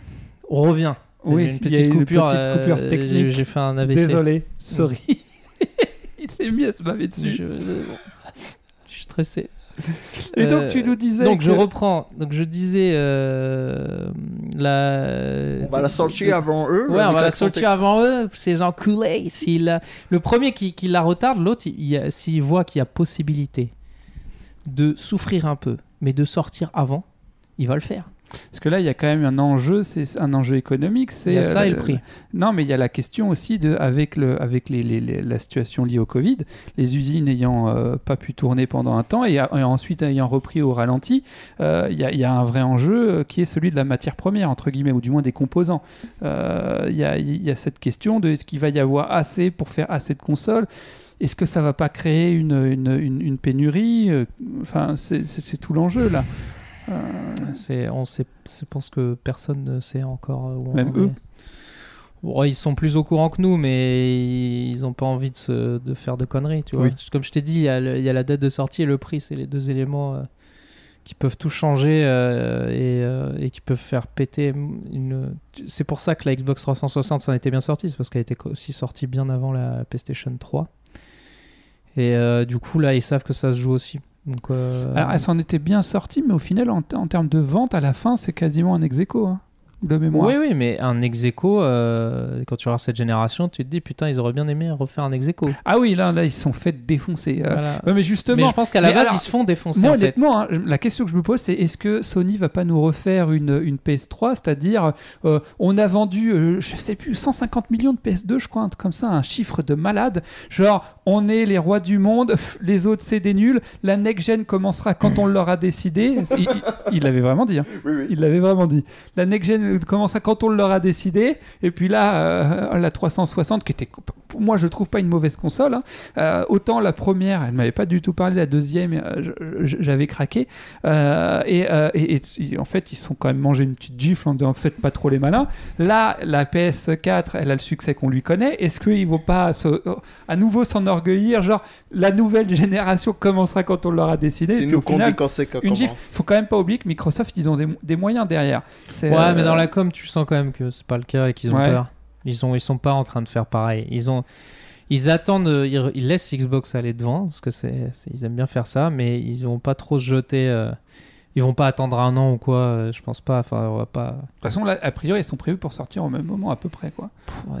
S2: On revient.
S1: oui,
S2: J'ai eu une
S1: il y a eu
S2: petite coupure,
S1: petite coupure
S2: euh, j'ai-
S1: technique.
S2: J'ai fait un AVC.
S1: Désolé, sorry. il s'est mis à se baver
S2: Je,
S1: dessus.
S2: je- je suis stressé.
S1: Et donc,
S2: Euh,
S1: tu nous disais.
S2: Donc
S1: que...
S2: je reprends. Donc je disais euh, la.
S3: On va la sortir avant eux.
S2: Ouais, on
S3: avec
S2: va la
S3: l'accent
S2: sortir avant eux. Ces enculés. S'il le premier qui, qui la retarde, l'autre il- il- s'il voit qu'il y a possibilité de souffrir un peu, mais de sortir avant, il va le faire.
S1: Parce que là, il y a quand même un enjeu, c'est un enjeu économique. C'est
S2: Il y a ça et le
S1: euh,
S2: prix.
S1: Non, mais il y a la question aussi de, avec, le, avec les, les- les- la situation liée au Covid, les usines n'ayant pas pu tourner pendant un temps et, a- et ensuite ayant repris au ralenti, euh, il y, a- il y a un vrai enjeu euh, qui est celui de la matière première, entre guillemets, ou du moins des composants. Euh, Il y, a, il y a cette question de est-ce qu'il va y avoir assez pour faire assez de consoles est-ce que ça va pas créer une, une, une- une pénurie Euh, Enfin, c'est c'est- c'est tout l'enjeu là. Euh,
S2: C'est, on sait, je pense que personne ne sait encore euh, où on
S1: Même
S2: en
S1: eux.
S2: est. Bon, ils sont plus au courant que nous, mais ils n'ont pas envie de, se- de faire de conneries, tu vois.
S3: Oui.
S2: Comme je t'ai dit, il y, a le- il y a la date de sortie et le prix, c'est les deux éléments euh, qui peuvent tout changer euh, et, euh, et qui peuvent faire péter une. C'est pour ça que la Xbox 360 s'en était bien sortie, c'est parce qu'elle était co- aussi sortie bien avant la PlayStation 3. Et euh, du coup, là, ils savent que ça se joue aussi. Donc, euh,
S1: Alors, elle s'en était bien sortie, mais au final, en, en termes de vente, à la fin, c'est quasiment un ex aequo, hein, de mémoire.
S2: Oui, oui, mais un ex aequo, euh, quand tu regardes cette génération, tu te dis putain, ils auraient bien aimé refaire un ex aequo.
S1: Ah oui, là, là, ils se sont fait défoncer. euh.
S2: Voilà.
S1: Ouais, mais
S2: Mais
S1: justement,
S2: je pense qu'à la
S1: mais
S2: base,
S1: alors-
S2: ils se font défoncer.
S1: moi,
S2: en fait.
S1: honnêtement, hein, je- la question que je me pose, c'est est-ce que Sony va pas nous refaire une, une PS3 C'est-à-dire, euh, on a vendu, euh, je sais plus, 150 millions de PS2, je crois, un truc comme ça, un chiffre de malade. Genre, on est les rois du monde, pff, les autres, c'est des nuls. La next-gen commencera quand on l'aura décidé. Il, il- il l'avait vraiment dit. hein.
S3: Oui, oui.
S1: Il l'avait vraiment dit. La next-gen commencera quand on l'aura décidé. Et puis là, euh, la 360, qui était, pour moi, je trouve pas une mauvaise console. hein. Euh, autant la première, elle m'avait pas du tout parlé. La deuxième, euh, je- je- j'avais craqué. Euh, et, euh, et- et t- en fait, ils se sont quand même mangé une petite gifle en disant faites pas trop les malins. Là, la PS4, elle a le succès qu'on lui connaît. Est-ce qu'ils vont pas se- euh, à nouveau s'enorgueillir Genre, la nouvelle génération commencera quand on l'aura décidé. Et
S3: C'est
S1: puis,
S3: nous
S1: au
S3: qu'on
S1: final,
S3: dit quand c'est qu'on
S1: une gifle.
S3: commence.
S1: Faut quand même pas oublier que Microsoft, ils ont des, des moyens derrière. C'est,
S2: Ouais,
S1: euh,
S2: mais dans la com, tu sens quand même que c'est pas le cas et qu'ils ont
S1: Ouais.
S2: peur. Ils ont, ils sont pas en train de faire pareil. Ils ont, ils attendent, euh, ils, ils laissent Xbox aller devant parce que c'est, c'est- ils aiment bien faire ça, mais ils vont pas trop se jeter. euh, ils vont pas attendre un an ou quoi. euh, je pense pas. Enfin, on va pas.
S1: De toute façon, là, a priori, ils sont prévus pour sortir au même moment, à peu près. Quoi.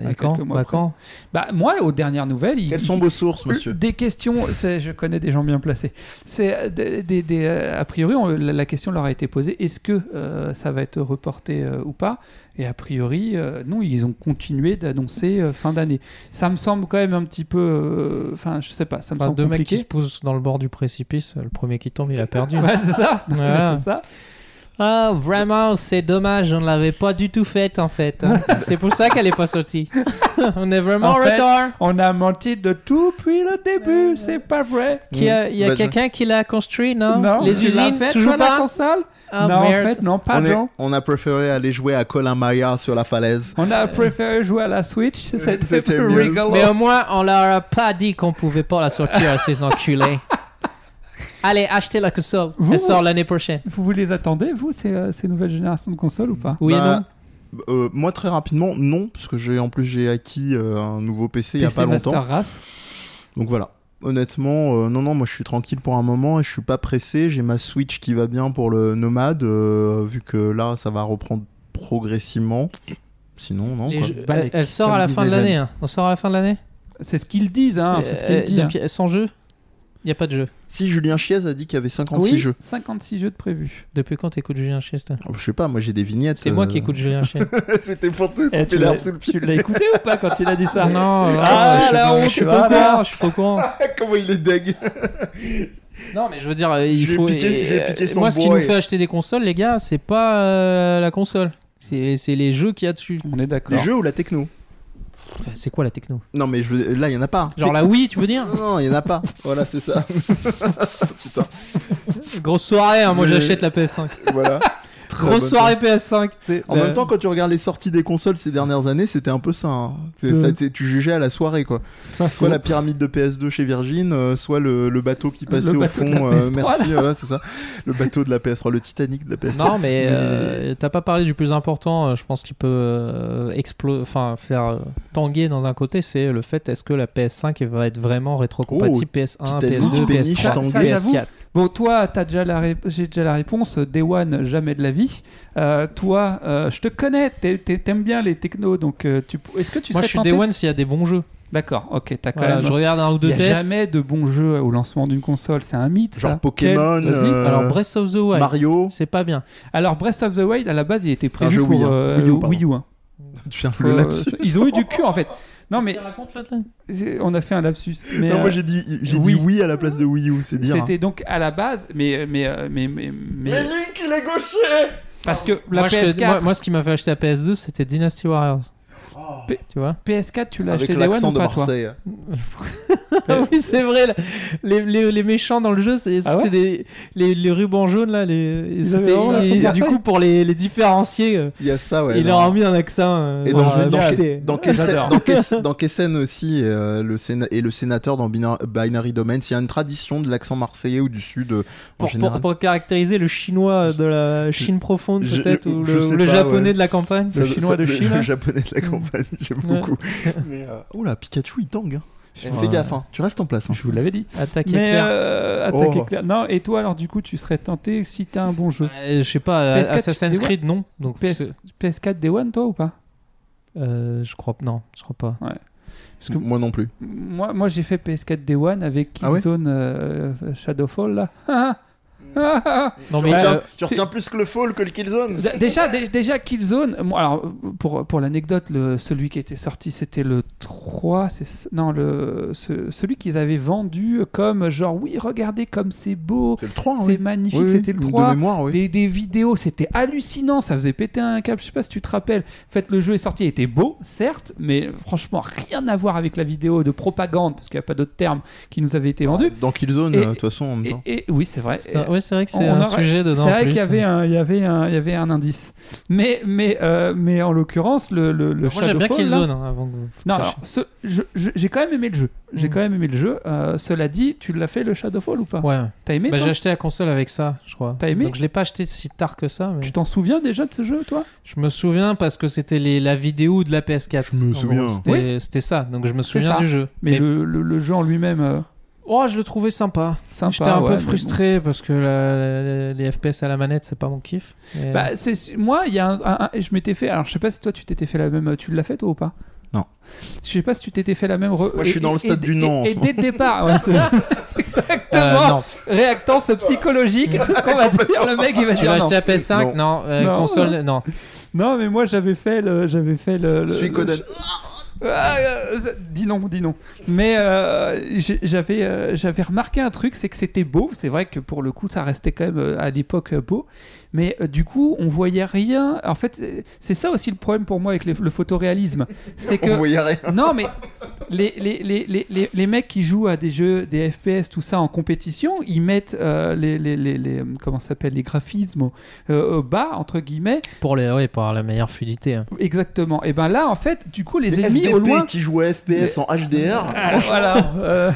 S2: et
S1: à
S2: quand,
S1: quelques mois
S2: Bah,
S1: après.
S2: quand
S1: Bah, moi, aux dernières nouvelles, ils.
S3: Quelles sont vos sources,
S2: Euh,
S3: monsieur
S1: Des questions, c'est- je connais des gens bien placés. C'est euh, des, des- des, euh, a priori, on- la, la question leur a été posée est-ce que euh, ça va être reporté euh, ou pas Et a priori, euh, non, ils ont continué d'annoncer euh, fin d'année. Ça me semble quand même un petit peu, euh, enfin, je sais pas, ça me
S2: Enfin,
S1: semble
S2: deux mecs
S1: compliqué.
S2: qui se poussent dans le bord du précipice. Le premier qui tombe, il a perdu.
S1: Ouais, c'est ça.
S2: Ouais.
S1: c'est ça.
S2: Ah, vraiment, c'est dommage, on ne l'avait pas du tout faite en fait. hein. c'est pour ça qu'elle n'est pas sortie. on est vraiment
S1: En
S2: en
S1: fait-
S2: retard.
S1: On a menti de tout depuis le début, c'est pas vrai.
S2: Qui a- Il y a
S3: Bah, je-
S2: quelqu'un qui l'a construit, non,
S1: hmm. Non,
S2: Les
S1: tu l'as
S2: usines,
S1: fait,
S2: toujours
S1: toi, la
S2: pas
S1: console
S2: Ah,
S1: Non,
S2: merde.
S1: en fait, non,
S3: on, est-
S1: pardon.
S3: on a préféré aller jouer à Colin Maillard sur la falaise.
S1: On a préféré jouer à la Switch, c'était
S3: C'était
S1: plus
S3: mieux.
S1: rigolo.
S2: Mais au moins, on leur a pas dit qu'on pouvait pas la sortir à ces enculés. Allez, achetez la console.
S1: Vous-
S2: Elle sort l'année prochaine.
S1: Vous vous les attendez, vous, ces, euh, ces nouvelles générations de consoles ou pas
S2: Oui et
S3: Bah,
S2: non
S3: Euh, moi très rapidement non parce que j'ai en plus j'ai acquis euh, un nouveau PC il y a
S1: PC
S3: pas longtemps
S1: Master Race.
S3: donc voilà honnêtement euh, non non moi je suis tranquille pour un moment et je suis pas pressé j'ai ma Switch qui va bien pour le nomade euh, vu que là ça va reprendre progressivement sinon non
S2: Les
S3: quoi.
S2: jeux-
S1: Bah,
S2: elle, elle sort à la
S1: comme
S2: fin de
S1: disait
S2: l'année. hein. On sort à la fin de l'année
S1: C'est ce qu'ils disent, hein. C'est ce qu'ils
S2: Euh,
S1: disent.
S2: donc, y- Sans jeu Il n'y a pas de jeu.
S3: si Julien Chiez a dit qu'il y avait 56
S1: Oui,
S3: jeux
S1: 56 jeux de prévus.
S2: Depuis quand t'écoutes Julien Chies toi
S3: Oh, je sais pas moi j'ai des vignettes
S2: C'est moi
S3: euh,
S2: qui écoute Julien Chies.
S3: c'était pour te
S1: Eh,
S3: couper
S1: tu
S3: l'herbe
S1: l'as-
S3: sous le pied
S1: Tu l'as écouté ou pas quand il a dit ça
S2: non, euh,
S1: Ah,
S2: je suis
S1: la
S2: pas-
S1: honte,
S2: je suis pas au
S1: voilà.
S2: courant, je suis pas au courant.
S3: comment il est deg
S2: Non, mais je veux dire, euh, il
S3: Je vais
S2: faut.
S3: piquer-
S2: et-
S3: je vais piquer
S2: euh,
S3: son
S2: moi, ce qui
S3: bois
S2: nous
S3: et-
S2: fait acheter des consoles, les gars, c'est pas euh, la console. C'est c'est les jeux qu'il y a dessus.
S1: On est
S3: les
S1: d'accord.
S3: jeux ou la techno
S2: Enfin, c'est quoi la techno
S3: non mais je... veux- là il y en a pas
S2: Genre la Wii, tu veux dire
S3: Non, non, il n'y en a pas. Voilà, c'est ça.
S2: Grosse soirée, hein, moi
S3: Mais-
S2: j'achète la PS5.
S3: Voilà. Très bonne
S2: Grosse soirée PS5, tu sais.
S3: En
S2: La-
S1: Ben
S3: même temps, quand tu regardes les sorties des consoles ces dernières années, c'était un peu ça. hein. C'est-
S1: Ouais.
S3: ça, t'es- tu jugeais à la soirée, quoi.
S1: Ben C'est pas
S3: Soit
S1: faux.
S3: la pyramide de PS2 chez Virgin, euh, soit le, le bateau qui passait
S1: Le
S3: au
S1: bateau de la
S3: fond. euh,
S1: PS3,
S3: merci, voilà, c'est ça. Le bateau de la PS3, le Titanic de la PS3.
S2: Non, mais
S3: Mais-
S2: euh, t'as pas parlé du plus important. euh, Je pense qu'il peut euh, explo- enfin faire euh, tanguer dans un côté, c'est le fait est-ce que la PS5 elle va être vraiment rétrocompatible PS1,
S3: Oh, Titanic,
S2: PS2,
S3: Péniche,
S2: PS3,
S3: tanguer.
S1: Ça, j'avoue.
S2: PS4.
S1: Bon, toi, t'as déjà la ré- j'ai déjà la réponse. euh, Day One, jamais de la vie. Euh, toi, euh, je te connais. t'es- t'es- T'aimes bien les technos, donc euh, tu. pou- Est-ce que tu
S2: Moi, je
S1: serais
S2: suis
S1: tenté
S2: Day One s'il y a des bons jeux.
S1: D'accord. Ok, t'as quand
S2: Voilà,
S1: même.
S2: je regarde un ou
S1: Il
S2: deux
S1: n'y a
S2: tests.
S1: jamais de bons jeux au lancement d'une console, c'est un mythe.
S3: Genre
S1: ça.
S3: Pokémon,
S1: Quel-
S3: euh,
S2: Alors Breath of the Wild,
S3: Mario,
S2: c'est pas bien.
S1: Alors Breath of the Wild, à la base, il était
S3: jeu
S1: prévu
S3: Wii,
S1: pour
S3: hein.
S1: euh,
S3: Wii U, pardon.
S1: Wii U. hein.
S3: tu viens
S1: Euh,
S3: le lapsus.
S1: ils ont eu du cul en fait. Non mais
S2: raconte là
S1: on a fait un lapsus. Mais,
S3: Non, moi
S1: euh,
S3: j'ai dit, j'ai
S1: oui.
S3: dit oui à la place de Wii U, c'est dire. hein.
S1: C'était donc à la base, mais mais euh, mais mais, mais-
S3: Link, il est gaucher
S1: parce que la
S2: moi, je te-
S1: PS4,
S2: moi- moi, ce qui m'a fait acheter la PS2, c'était Dynasty Warriors.
S1: P-
S2: Tu vois
S1: PS4, tu l'as
S3: hein. Avec
S1: acheté Day One
S3: l'accent
S1: ou
S3: de
S1: pas toi
S3: Marseille.
S2: Ah oui, c'est vrai. là. Les, les- les méchants dans le jeu, c'est
S1: Ah ouais
S2: c'était des- les, les rubans jaunes là. Les, c'était-
S1: vraiment l'accent de
S2: et du
S1: Marseille.
S2: coup, pour les, les différencier, euh,
S3: Il y a ça, ouais.
S2: il
S3: non.
S2: leur a mis un accent. euh,
S3: Et
S2: genre,
S3: dans,
S2: euh,
S3: dans,
S2: jeté.
S3: dans, Kessen-
S1: J'adore.
S3: dans Kessen- dans Kessen aussi, euh, le séna- et le sénateur dans Bina- Binary Domains, il y a une tradition de l'accent marseillais ou du Sud euh, en
S2: pour,
S3: général.
S2: pour- pour caractériser le chinois de la Chine profonde,
S3: je-
S2: peut-être,
S3: je-
S2: ou
S3: je
S2: le,
S3: sais
S2: ou le
S3: pas,
S2: japonais
S3: ouais.
S2: de la campagne.
S3: Ça-
S1: le chinois
S3: ça-
S1: de Chine. hein. Mm.
S3: Le japonais de la campagne, j'aime
S2: Ouais.
S3: beaucoup. Mais, euh, oula, Pikachu, il tangue. hein. Fais
S1: Ouais.
S3: gaffe, hein, tu restes en place. hein.
S1: Je vous l'avais dit.
S2: Attaque
S1: Mais
S2: éclair.
S1: euh, attaque
S3: Oh.
S1: éclair. Non, et toi alors du coup, tu serais tenté si t'as un bon jeu.
S2: Euh, je sais pas,
S1: PS4,
S2: Assassin's
S1: tu dis
S2: Creed, non. Donc,
S1: PS-
S2: c'est-
S1: PS4 Day One toi ou pas
S2: euh, je crois non, je crois pas.
S1: Parce que
S3: Moi non plus.
S1: Moi, moi j'ai fait PS4 Day One avec
S3: Ah ouais
S1: Killzone euh, euh, Shadowfall là. Ah, ah, ah, ah.
S2: Non
S3: Tu
S2: mais
S3: retiens-
S2: euh,
S3: tu retiens plus que le fall que le killzone.
S1: Dé- déjà, dé- déjà Killzone. bon, alors pour pour l'anecdote, le- celui qui était sorti c'était le 3, c'est ce- non le ce- celui qu'ils avaient vendu comme genre oui regardez comme c'est beau,
S3: C'est le 3, hein,
S1: c'est
S3: oui.
S1: magnifique,
S3: Oui, oui,
S1: c'était le
S3: de-
S1: 3.
S3: De mémoire, oui.
S1: Des, des vidéos, c'était hallucinant, ça faisait péter un câble, je sais pas si tu te rappelles. En fait, le jeu est sorti, il était beau, certes, mais franchement, rien à voir avec la vidéo de propagande, parce qu'il n'y a pas d'autres termes qui nous avaient été vendus.
S3: Dans Killzone,
S1: Et-
S3: euh, de toute façon, Ah, en même
S1: Et,
S3: temps.
S1: et- oui, c'est vrai.
S2: c'est un- ouais, c'est vrai que c'est
S1: on
S2: un
S1: aurait-
S2: sujet dedans.
S1: C'est
S2: en
S1: vrai
S2: plus.
S1: qu'il y avait un, il y avait un, il y avait un indice. Mais, mais, euh, mais en l'occurrence, le, le, le
S2: Moi j'aime bien
S1: Shadowfall, là-
S2: Killzone hein, avant que vous.
S1: Non,
S2: vous
S1: alors,
S2: cachiez.
S1: ce- je- je- j'ai quand même aimé le jeu. J'ai
S2: Mm.
S1: quand même aimé le jeu. Euh, cela dit, tu l'as fait le Shadowfall ou pas
S2: Ouais.
S1: T'as aimé
S2: Bah,
S1: toi
S2: j'ai acheté la console avec ça, je crois.
S1: T'as aimé
S2: Donc je l'ai pas acheté si tard que ça. mais
S1: Tu t'en souviens déjà de ce jeu, toi
S2: Je me souviens parce que c'était les- la vidéo de la PS4.
S3: Je me
S2: en gros.
S3: souviens.
S2: C'était c'était ça. Donc je me
S1: C'est
S2: souviens
S1: ça.
S2: du jeu.
S1: Mais, le, le- le jeu en lui-même, euh,
S2: oh, je le trouvais sympa.
S1: sympa.
S2: J'étais un
S1: ouais,
S2: peu
S1: mais bon.
S2: frustré parce que la- la- les FPS à la manette c'est pas mon kiff. Mais- euh,
S1: Bah, c'est moi, il y a un, un- un- je m'étais fait. Alors, je sais pas si toi, tu t'étais fait la même. Tu l'as fait toi ou pas
S3: Non.
S1: Je sais pas si tu t'étais fait la même. re-
S3: Moi, je suis dans le stade
S1: et-
S3: du non, en
S1: Et, et
S3: ce
S1: dès le départ, ouais, c'est-
S2: Euh,
S1: exactement.
S2: non.
S1: Réactance psychologique et tout ce qu'on va dire. Le mec, il va
S2: Tu
S1: dire
S2: l'as
S1: non.
S2: acheté la PS5 Non. euh,
S1: Non.
S2: console Non.
S1: Non, mais moi, j'avais fait le, j'avais fait le. le-
S3: Suis
S1: le-
S3: Conan.
S1: Ah, euh, ça- dis non, dis non. Mais euh, j'ai- j'avais euh, j'avais remarqué un truc, c'est que c'était beau. C'est vrai que pour le coup, ça restait quand même euh, à l'époque euh, beau. Mais euh, du coup, on voyait rien. En fait, c'est- c'est ça aussi le problème pour moi avec les- le photoréalisme. C'est
S3: On
S1: que
S3: voyait rien.
S1: non, mais les, les, les, les, les, les mecs qui jouent à des jeux, des FPS, tout ça en compétition, ils mettent euh, les, les, les, les- comment ça s'appelle les graphismes euh, au bas entre guillemets.
S2: Pour les, ouais, pour avoir la meilleure fluidité. hein.
S1: Exactement. Et ben là, en fait, du coup, les,
S3: Les
S1: ennemis
S3: FDP
S1: au loin.
S3: qui jouent à FPS en HDR.
S1: Ah, voilà. euh,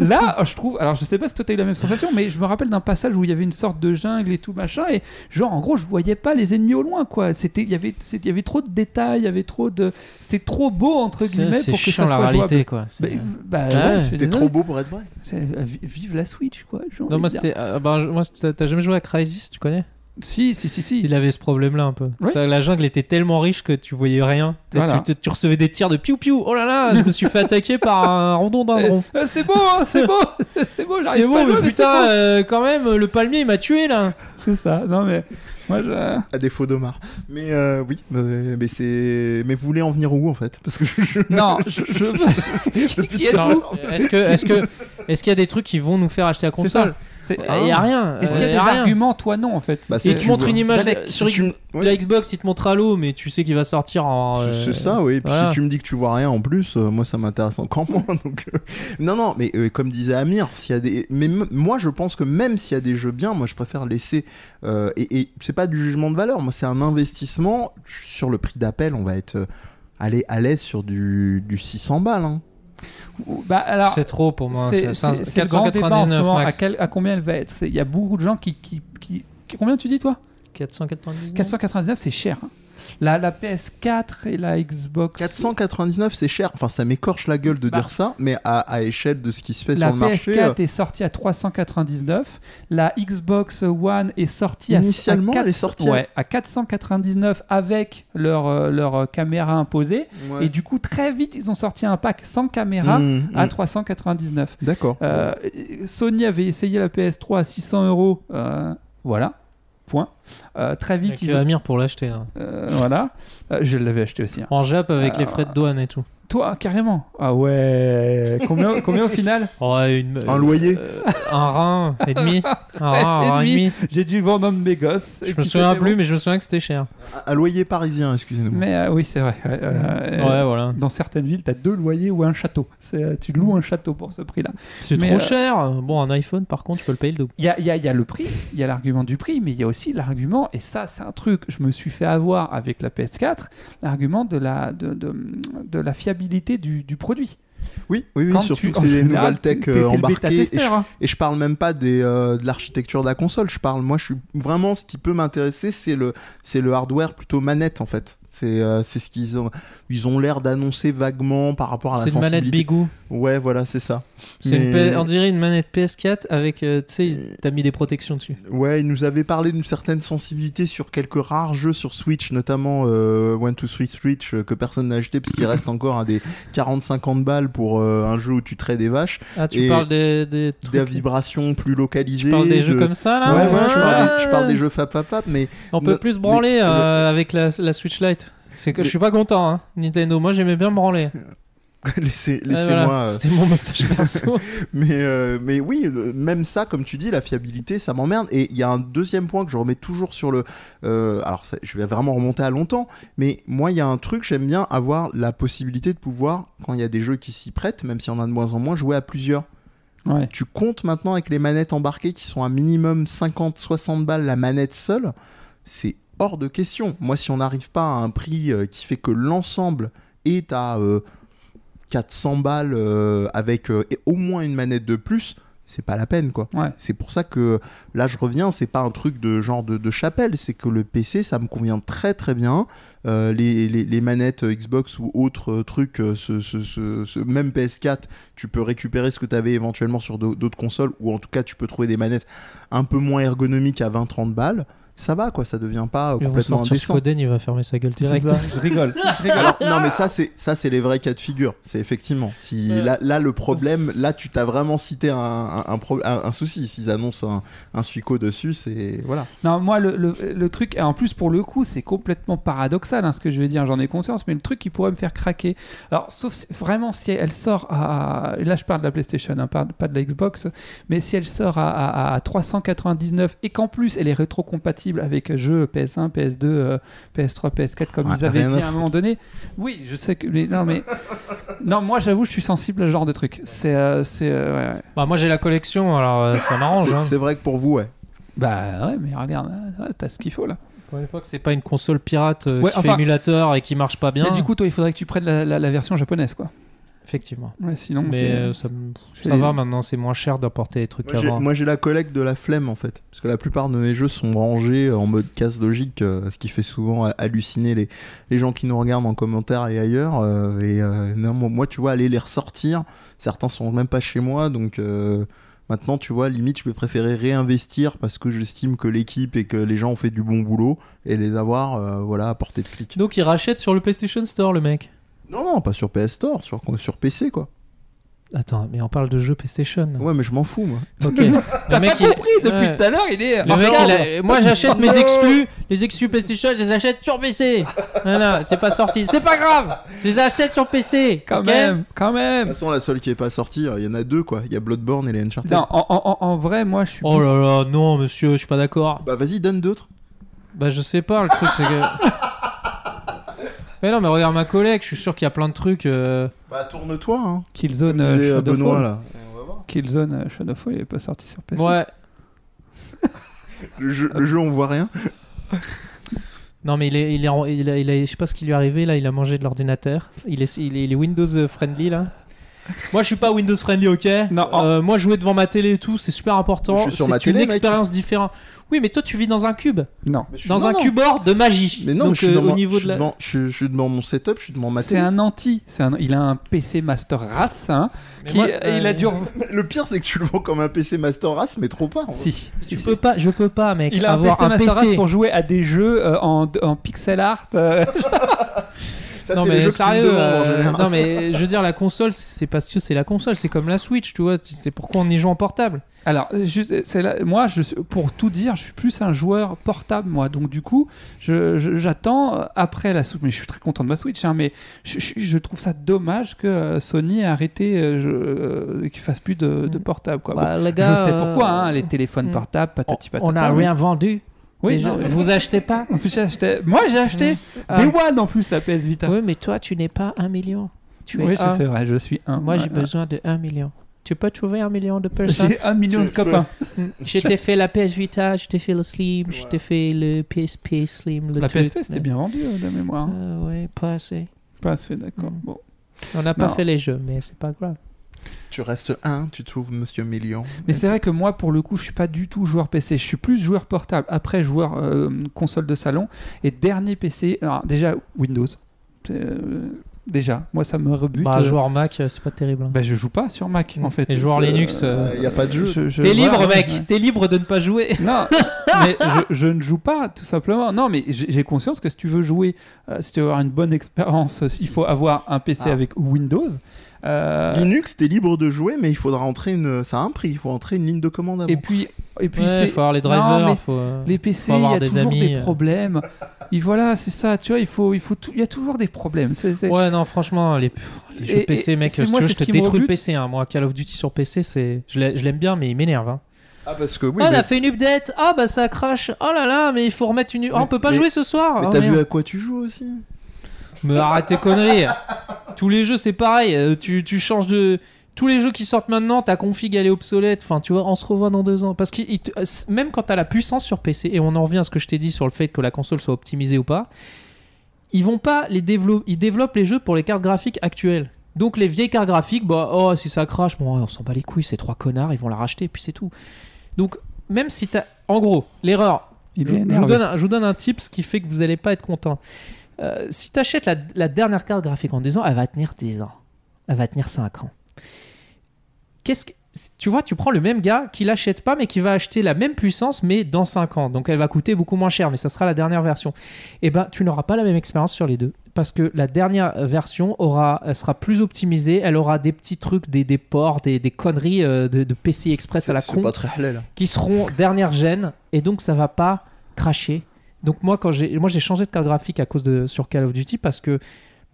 S1: Là, je trouve, alors je sais pas si toi t'as eu la même sensation, mais je me rappelle d'un passage où il y avait une sorte de jungle et tout machin, et genre en gros je voyais pas les ennemis au loin quoi. C'était, il y avait, c'est- il y avait trop de détails, il y avait trop de, c'était trop beau entre
S2: C'est
S1: guillemets
S2: c'est
S1: pour que
S2: chiant
S1: ça soit
S2: la réalité,
S1: jouable.
S2: quoi. C'est-
S1: Bah, bah,
S2: Ouais,
S1: ouais, je suis
S3: C'était
S1: désolé.
S3: trop beau pour être vrai.
S1: C'est- euh, vi- Vive la Switch quoi. j'ai envie
S2: Non, moi,
S1: de dire.
S2: c'était. ah, bah, je- moi, c'était- t'as jamais joué à Crisis, tu connais
S1: Si si si si.
S2: Il avait ce problème-là un peu.
S1: Ouais.
S2: C'est-à-dire que La jungle était tellement riche que tu voyais rien. Tu-
S1: Voilà.
S2: Tu, tu recevais des tirs de piou piou. Oh là là, je me suis fait attaquer par un rondon d'indron.
S1: Euh, c'est beau hein, c'est beau, c'est beau.
S2: C'est
S1: j'arrive pas à
S2: bon,
S1: jouer,
S2: mais
S1: mais c'est
S2: putain,
S1: beau.
S2: euh, quand même, le palmier il m'a tué là.
S1: C'est ça. Non mais moi je.
S3: À défaut d'Omar. Mais euh, oui, mais, mais c'est. Mais vous voulez en venir où en fait Parce que je.
S1: Non, je. je... Qui êtes-vous
S2: Est-ce que, est-ce que, est-ce qu'il y a des trucs qui vont nous faire acheter la
S1: C'est ça.
S2: console
S1: C'est-
S2: Il y a rien.
S1: Est-ce
S2: euh,
S1: qu'il y a des
S2: y a rien.
S1: arguments Toi non en fait.
S3: Bah,
S1: C'est-
S2: Ils te
S3: tu
S2: montrent
S3: vois.
S2: une image
S3: Bah,
S2: de-
S3: si
S2: sur X-
S3: tu me- ouais,
S2: La Xbox, il te montre Halo, mais tu sais qu'il va sortir en. euh,
S3: C'est ça, oui. Et puis
S2: voilà.
S3: si tu me dis que tu vois rien en plus, euh, moi ça m'intéresse encore moins. Donc, euh, Non, non, mais euh, comme disait Amir, s'il y a des... mais m- moi je pense que même s'il y a des jeux bien, moi je préfère laisser. euh, et et c'est pas du jugement de valeur, moi c'est un investissement. Sur le prix d'appel, on va être euh, aller à l'aise sur du, du 600 balles. hein.
S1: Bah alors.
S2: C'est trop pour moi.
S1: C'est
S2: cinq-
S1: c'est- c'est le grand débat en ce moment. À,
S2: max.
S1: quel- à combien elle va être C'est- Il y a beaucoup de gens qui. qui, qui- qui- combien tu dis toi
S2: 499.
S1: 499, c'est cher. hein. La, la PS4 et la Xbox.
S3: 499, c'est cher. Enfin, ça m'écorche la gueule de
S1: Bah.
S3: dire ça, mais à, à échelle de ce qui se fait
S1: La
S3: sur le marché. euh,
S1: PS4 est sortie à 399. La Xbox One est sortie à-
S3: Initialement,
S1: à, 400
S3: elle est sortie à-
S1: ouais, à 499 avec leur, euh, leur euh, caméra imposée. Et du coup, très vite, ils ont sorti un pack sans caméra
S3: Mmh,
S1: à
S3: mmh.
S1: 399.
S3: D'accord.
S1: Euh, Sony avait essayé la PS3 à 600 euros. Euh, Voilà. Point. Euh, très vite,
S2: Avec
S1: ils ont-
S2: Amir pour l'acheter. hein.
S1: euh, voilà. Euh, je l'avais acheté aussi. hein.
S2: En Jap avec les
S1: Euh,
S2: frais de douane et tout.
S1: Toi, carrément. Ah ouais. Combien, combien au final
S2: Ouais, une-
S3: Un loyer.
S2: euh, un rein et demi. Un rein, un rein et demi.
S1: J'ai dû vendre un de mes gosses.
S2: Je
S1: Et
S2: me
S1: puis,
S2: souviens
S1: c'était
S2: plus,
S1: bon.
S2: mais je me souviens que c'était cher.
S3: À loyer parisien, excusez-nous.
S1: Mais euh, oui, c'est vrai. ouais, euh,
S2: Ouais, voilà.
S1: Dans certaines villes, tu as deux loyers ou un château. C'est, euh, tu loues un château pour ce prix-là.
S2: C'est
S1: mais,
S2: trop
S1: euh,
S2: cher. Bon, un iPhone, par contre, je peux le payer le double.
S1: Il y a, il y a- il y a le prix, il y a l'argument du prix, mais il y a aussi l'argument, et ça c'est un truc, je me suis fait avoir avec la PS4, l'argument de la, de, de, de la fiabilité du, du produit.
S3: Oui, oui, oui,
S1: Quand
S3: surtout
S1: tu-
S3: que c'est
S2: Ah,
S3: des
S1: en général,
S3: nouvelles tech
S1: t'es-
S3: euh,
S1: t'es le
S3: embarquées. Et
S1: bêta-testeur,
S3: je,
S1: hein.
S3: et je parle même pas des, euh, de l'architecture de la console. Je parle, moi, je suis vraiment ce qui peut m'intéresser, c'est le, c'est le hardware plutôt manette en fait. C'est, euh, c'est ce qu'ils ont. Ils ont l'air d'annoncer vaguement par rapport à Ah, la
S2: C'est une manette
S3: sensibilité.
S2: Bigou.
S3: Ouais, voilà, c'est ça.
S2: C'est une
S3: Mais-
S2: P- On dirait une manette PS4 avec. euh, tu sais, t'as mis des protections dessus.
S3: Ouais, il nous avait parlé d'une certaine sensibilité sur quelques rares jeux sur Switch, notamment euh, One Two Three Switch euh, que personne n'a acheté parce qu'il reste encore à des 40-50 balles pour euh, un jeu où tu traites des vaches,
S2: Ah, tu
S3: Et
S2: parles des, des trucs.
S3: des vibrations plus localisées.
S2: Tu parles des jeux
S3: de-
S2: comme ça là
S3: Ouais, voilà, je parle,
S2: Ah.
S3: des, je parle des jeux fab fab fab, mais
S2: On peut
S3: Ne-
S2: plus se branler
S3: mais-
S2: euh, avec la, la Switch Lite. C'est que je
S3: Mais-
S2: suis pas content, hein, Nintendo. Moi, j'aimais bien me branler.
S3: laissez,
S2: Ouais,
S3: laissez-moi.
S2: Ah, voilà.
S3: euh,
S2: C'est mon message perso.
S3: mais, euh, mais oui, euh, même ça, comme tu dis, la fiabilité, ça m'emmerde. Et il y a un deuxième point que je remets toujours sur le. euh, alors, ça- je vais vraiment remonter à longtemps, mais moi, il y a un truc, j'aime bien avoir la possibilité de pouvoir, quand il y a des jeux qui s'y prêtent, même s'il y en a de moins en moins, jouer à plusieurs.
S1: Ouais.
S3: Tu comptes maintenant avec les manettes embarquées qui sont à minimum 50-60 balles la manette seule, c'est hors de question. Moi, si on n'arrive pas à un prix euh, qui fait que l'ensemble est à euh, 400 balles euh, avec euh, et au moins une manette de plus, c'est pas la peine quoi.
S1: Ouais.
S3: C'est pour ça que là je reviens, c'est pas un truc de genre de, de chapelle, c'est que le PC ça me convient très très bien. Euh, les, les- les manettes euh, Xbox ou autres euh, trucs, euh, ce, ce- ce- ce- même PS4, tu peux récupérer ce que tu avais éventuellement sur d'au- d'autres consoles, ou en tout cas tu peux trouver des manettes un peu moins ergonomiques à 20-30 balles. Ça va quoi, ça devient pas euh,
S2: Ils vont
S3: complètement
S2: sortir
S3: indécent.
S2: Scoden, il va fermer sa gueule
S3: C'est
S2: direct.
S3: ça.
S1: Je rigole. Je rigole.
S3: Alors, non, mais ça, c'est ça, c'est les vrais cas de figure. C'est effectivement. Si
S2: Ouais.
S3: là, là, le problème, là, tu t'as vraiment cité un, un, un pro- un- un souci. S'ils annoncent un, un suico dessus, c'est voilà.
S1: Non, moi, le, le- le truc, et en plus, pour le coup, c'est complètement paradoxal hein, ce que je vais dire, j'en ai conscience, mais le truc qui pourrait me faire craquer, alors, sauf si- vraiment si elle sort à. et Là, je parle de la PlayStation, hein, pas, pas de la Xbox, mais si elle sort à, à- à 399 et qu'en plus elle est rétrocompatible avec jeux PS1, PS2, euh, PS3, PS4, comme
S3: Ouais,
S1: ils avaient
S3: rien à
S1: dit à un
S3: foutre.
S1: moment donné, oui, je sais que. Mais, non, mais. non, moi, j'avoue, je suis sensible à ce genre de truc. C'est. euh, c'est euh, ouais, ouais.
S2: Bah, moi, j'ai la collection, alors euh, ça m'arrange.
S3: C'est
S2: hein.
S3: c'est vrai que pour vous, ouais.
S1: Bah ouais, mais regarde, hein, t'as ce qu'il faut là.
S2: Pour une fois que c'est pas une console pirate euh,
S1: Ouais,
S2: qui fait
S1: enfin-
S2: émulateur et qui marche pas bien.
S1: Mais du coup, toi, il faudrait que tu prennes la, la- la version japonaise, quoi.
S2: effectivement.
S1: Ouais, sinon,
S2: Mais
S1: c'est-
S2: euh, ça, me-
S1: c'est-
S2: ça va maintenant, c'est moins cher d'importer les trucs
S3: Moi, j'ai-
S2: qu'avant.
S3: Moi j'ai la collecte de la flemme en fait, parce que la plupart de mes jeux sont rangés euh, en mode casse logique, euh, ce qui fait souvent halluciner les, les gens qui nous regardent en commentaire et ailleurs. euh, et euh, non, moi, moi, tu vois, aller les ressortir, certains sont même pas chez moi, donc euh, maintenant tu vois, limite je vais préférer réinvestir parce que j'estime que l'équipe et que les gens ont fait du bon boulot et les avoir euh, voilà à portée de clic.
S2: Donc il rachète sur le PlayStation Store, le mec.
S3: Non non, pas sur PS Store, sur, sur PC quoi.
S2: Attends, mais on parle de jeux PlayStation.
S3: Ouais mais je m'en fous moi.
S2: Ok. le mec, il...
S1: compris depuis
S2: Ouais.
S1: tout à l'heure, il est.
S2: Le mec, il a- Moi j'achète mes
S3: Non.
S2: exclus, les exclus PlayStation, je les achète sur PC. Voilà, c'est pas sorti, c'est pas grave, je les achète sur PC.
S1: Quand
S2: ok
S1: même, quand
S3: De
S1: même.
S3: toute façon la seule qui est pas sortie, euh, il y en a deux quoi, il y a Bloodborne et les Uncharted.
S1: Non, en, en- en- en vrai, moi, je suis.
S2: Oh là là, non monsieur, je suis pas d'accord.
S3: Bah vas-y donne d'autres.
S2: Bah je sais pas, le truc c'est que. Mais non, mais regarde ma collègue, je suis sûr qu'il y a plein de trucs. euh,
S3: Bah tourne-toi, hein.
S1: Killzone
S3: Comme
S1: euh,
S3: disait euh, Benoît
S1: Shadowfall.
S3: là.
S1: Killzone euh, Shadowfall, il est pas sorti sur PC.
S2: Ouais.
S3: Le jeu, le jeu, on voit rien.
S2: Non mais il est, il est, en- il a- il a- je sais pas ce qui lui est arrivé là, il a mangé de l'ordinateur. Il est, il est, il est Windows euh, friendly là. Moi je suis pas Windows friendly, ok.
S1: Non, en-
S2: Euh, moi jouer devant ma télé et tout, c'est super
S3: Je
S2: important.
S3: suis sur ma
S2: C'est une
S3: télé, mec.
S2: expérience différente. Oui mais toi tu vis dans un cube,
S1: Non.
S2: dans un cubord de magie.
S3: Mais non,
S2: Donc,
S3: je suis
S2: euh,
S3: dans
S2: au
S3: mon-
S2: niveau
S3: je suis
S2: de la.
S3: devant- je suis- je suis devant mon setup, je suis devant ma
S1: C'est
S3: télé.
S1: un anti. C'est un... Il a un PC Master Race. Hein,
S2: Mais
S1: qui,
S2: moi,
S1: euh, il a
S2: euh,
S1: dû.
S3: Le pire, c'est que tu le vends comme un PC Master Race, mais trop pas. en vrai.
S1: Si.
S2: Tu
S1: si,
S2: peux pas, je peux pas mec.
S1: Il a un
S2: avoir
S1: PC Master Race
S2: PC.
S1: pour jouer à des jeux euh, en, en pixel art. euh,
S3: Ça,
S2: non
S3: c'est les
S2: mais
S3: jeux que tu me
S2: sérieux,
S3: demandes, en
S2: euh,
S3: général.
S2: non mais je veux dire la console, c'est parce que c'est la console, c'est comme la Switch, tu vois, c'est pourquoi on y joue en portable.
S1: Alors, euh, juste, c'est là- moi, je, suis- pour tout dire, je suis plus un joueur portable, moi. Donc, du coup, je- je- j'attends euh, après la Switch. Mais je suis très content de ma Switch, hein, mais je, je- je trouve ça dommage que euh, Sony ait arrêté, euh, je- euh, qu'ils fassent plus de,
S2: Mm.
S1: de portable, quoi. Bon,
S2: les
S1: je sais pourquoi, hein, les téléphones
S2: Bah, mm.
S1: portables, patati patata.
S2: on n'a
S1: oui.
S2: rien vendu.
S1: Oui,
S2: Les
S1: non,
S2: gens-
S1: mais-
S2: Vous achetez pas
S1: En plus, j'ai acheté- Moi, j'ai acheté
S2: Ah.
S1: des One en plus, la PS Vita.
S2: Oui, mais toi, tu n'es pas un million. Tu es
S1: oui,
S2: un.
S1: c'est vrai, je suis un.
S2: Moi,
S1: ouais,
S2: j'ai
S1: ouais.
S2: besoin de un million. Tu peux trouver un million de personnes.
S1: J'ai un million de
S3: Tu peux-
S1: copains.
S2: je t'ai fait la PS Vita, je t'ai fait le Slim, je t'ai fait le PSP Slim. Le
S1: La
S2: truc.
S1: PSP, c'était bien vendu, euh, de mémoire.
S2: Euh, ouais, pas assez.
S1: Pas assez, d'accord.
S2: Mm.
S1: Bon.
S2: On n'a pas
S1: Non.
S2: fait les jeux, mais c'est pas grave.
S3: Tu restes un, tu trouves Monsieur Million.
S1: Mais c'est vrai que moi, pour le coup, je suis pas du tout joueur PC. Je suis plus joueur portable. Après, joueur euh, console de salon. Et dernier PC, alors, déjà Windows. Euh, déjà, moi, ça me rebute.
S2: Bah,
S1: Euh,
S2: joueur Mac, euh, c'est pas terrible. hein.
S1: bah, je joue pas sur Mac,
S2: Mm.
S1: en fait.
S2: Et joueur
S1: Je-
S2: Linux, euh,
S3: Il y a pas de jeu.
S1: je- je-
S2: T'es
S1: voilà,
S2: libre,
S1: ouais,
S2: mec.
S1: ouais.
S2: T'es libre de ne pas jouer.
S1: Non, mais je, je ne joue pas, tout simplement. Non, mais j'ai j'ai conscience que si tu veux jouer, euh, si tu veux avoir une bonne expérience, il faut avoir un PC
S3: Ah.
S1: avec Windows. Euh,
S3: Linux, t'es libre de jouer, mais il faudra entrer une. Ça a un prix, il faut entrer une ligne de commande avant.
S1: et puis, et puis
S2: Ouais,
S1: c'est-
S2: faut avoir les
S1: Non,
S2: drivers.
S1: mais-
S2: faut, euh,
S1: Les PC,
S2: Faut
S1: il y
S2: avoir
S1: a
S2: des
S1: toujours
S2: amis,
S1: des
S2: euh.
S1: problèmes. Et voilà, c'est ça, tu vois, il faut, il faut tout- il y a toujours des problèmes. C'est, c'est-
S2: Ouais, non, franchement, les, les jeux
S1: Et-
S2: PC,
S1: et-
S2: mec,
S1: c'est
S2: si
S1: moi,
S2: tu veux,
S1: c'est
S2: je
S1: ce
S2: te
S1: qui me
S2: détruis le
S1: rebute.
S2: PC. hein. Moi, Call of Duty sur PC, c'est... je l'ai- je l'aime bien, mais il m'énerve. hein.
S3: Ah, parce que oui.
S2: ah, on
S3: mais-
S2: a fait une update. Ah, bah ça crache. Oh là là, mais il faut remettre une. Oh, on
S3: Mais-
S2: peut pas
S3: mais-
S2: jouer ce soir.
S3: mais
S2: Oh,
S3: t'as
S2: merde.
S3: vu à quoi tu joues aussi
S2: Mais arrête tes conneries. Tous les jeux, c'est pareil. Euh, Tu, tu changes de. Tous les jeux qui sortent maintenant, ta config elle est obsolète. Enfin, tu vois, on se revoit dans deux ans. Parce que euh, même quand t'as la puissance sur PC, et on en revient à ce que je t'ai dit sur le fait que la console soit optimisée ou pas, ils vont pas les développer. Ils développent les jeux pour les cartes graphiques actuelles. Donc les vieilles cartes graphiques, bah oh si ça crache, bon on s'en bat les couilles, ces trois connards, ils vont la racheter, et puis c'est tout. Donc même si t'as, en gros, l'erreur,
S1: il
S2: je,
S1: est
S2: je vous
S1: énervé.
S2: donne un, je vous donne un tip, ce qui fait que vous n'allez pas être content. Euh, si tu achètes la, la dernière carte graphique en 10 ans, elle va tenir 10 ans. Elle va tenir 5 ans. Qu'est-ce que. Tu vois, tu prends le même gars qui l'achète pas, mais qui va acheter la même puissance, mais dans 5 ans. Donc elle va coûter beaucoup moins cher, mais ça sera la dernière version. Et ben, tu n'auras pas la même expérience sur les deux. Parce que la dernière version aura, elle sera plus optimisée, elle aura des petits trucs, des, des ports, des, des conneries euh, de, de PC Express à la
S3: C'est
S2: con Oh,
S3: pas très halal.
S2: qui seront dernière gêne et donc ça va pas cracher. Donc moi quand j'ai moi j'ai changé de carte graphique à cause de sur Call of Duty parce que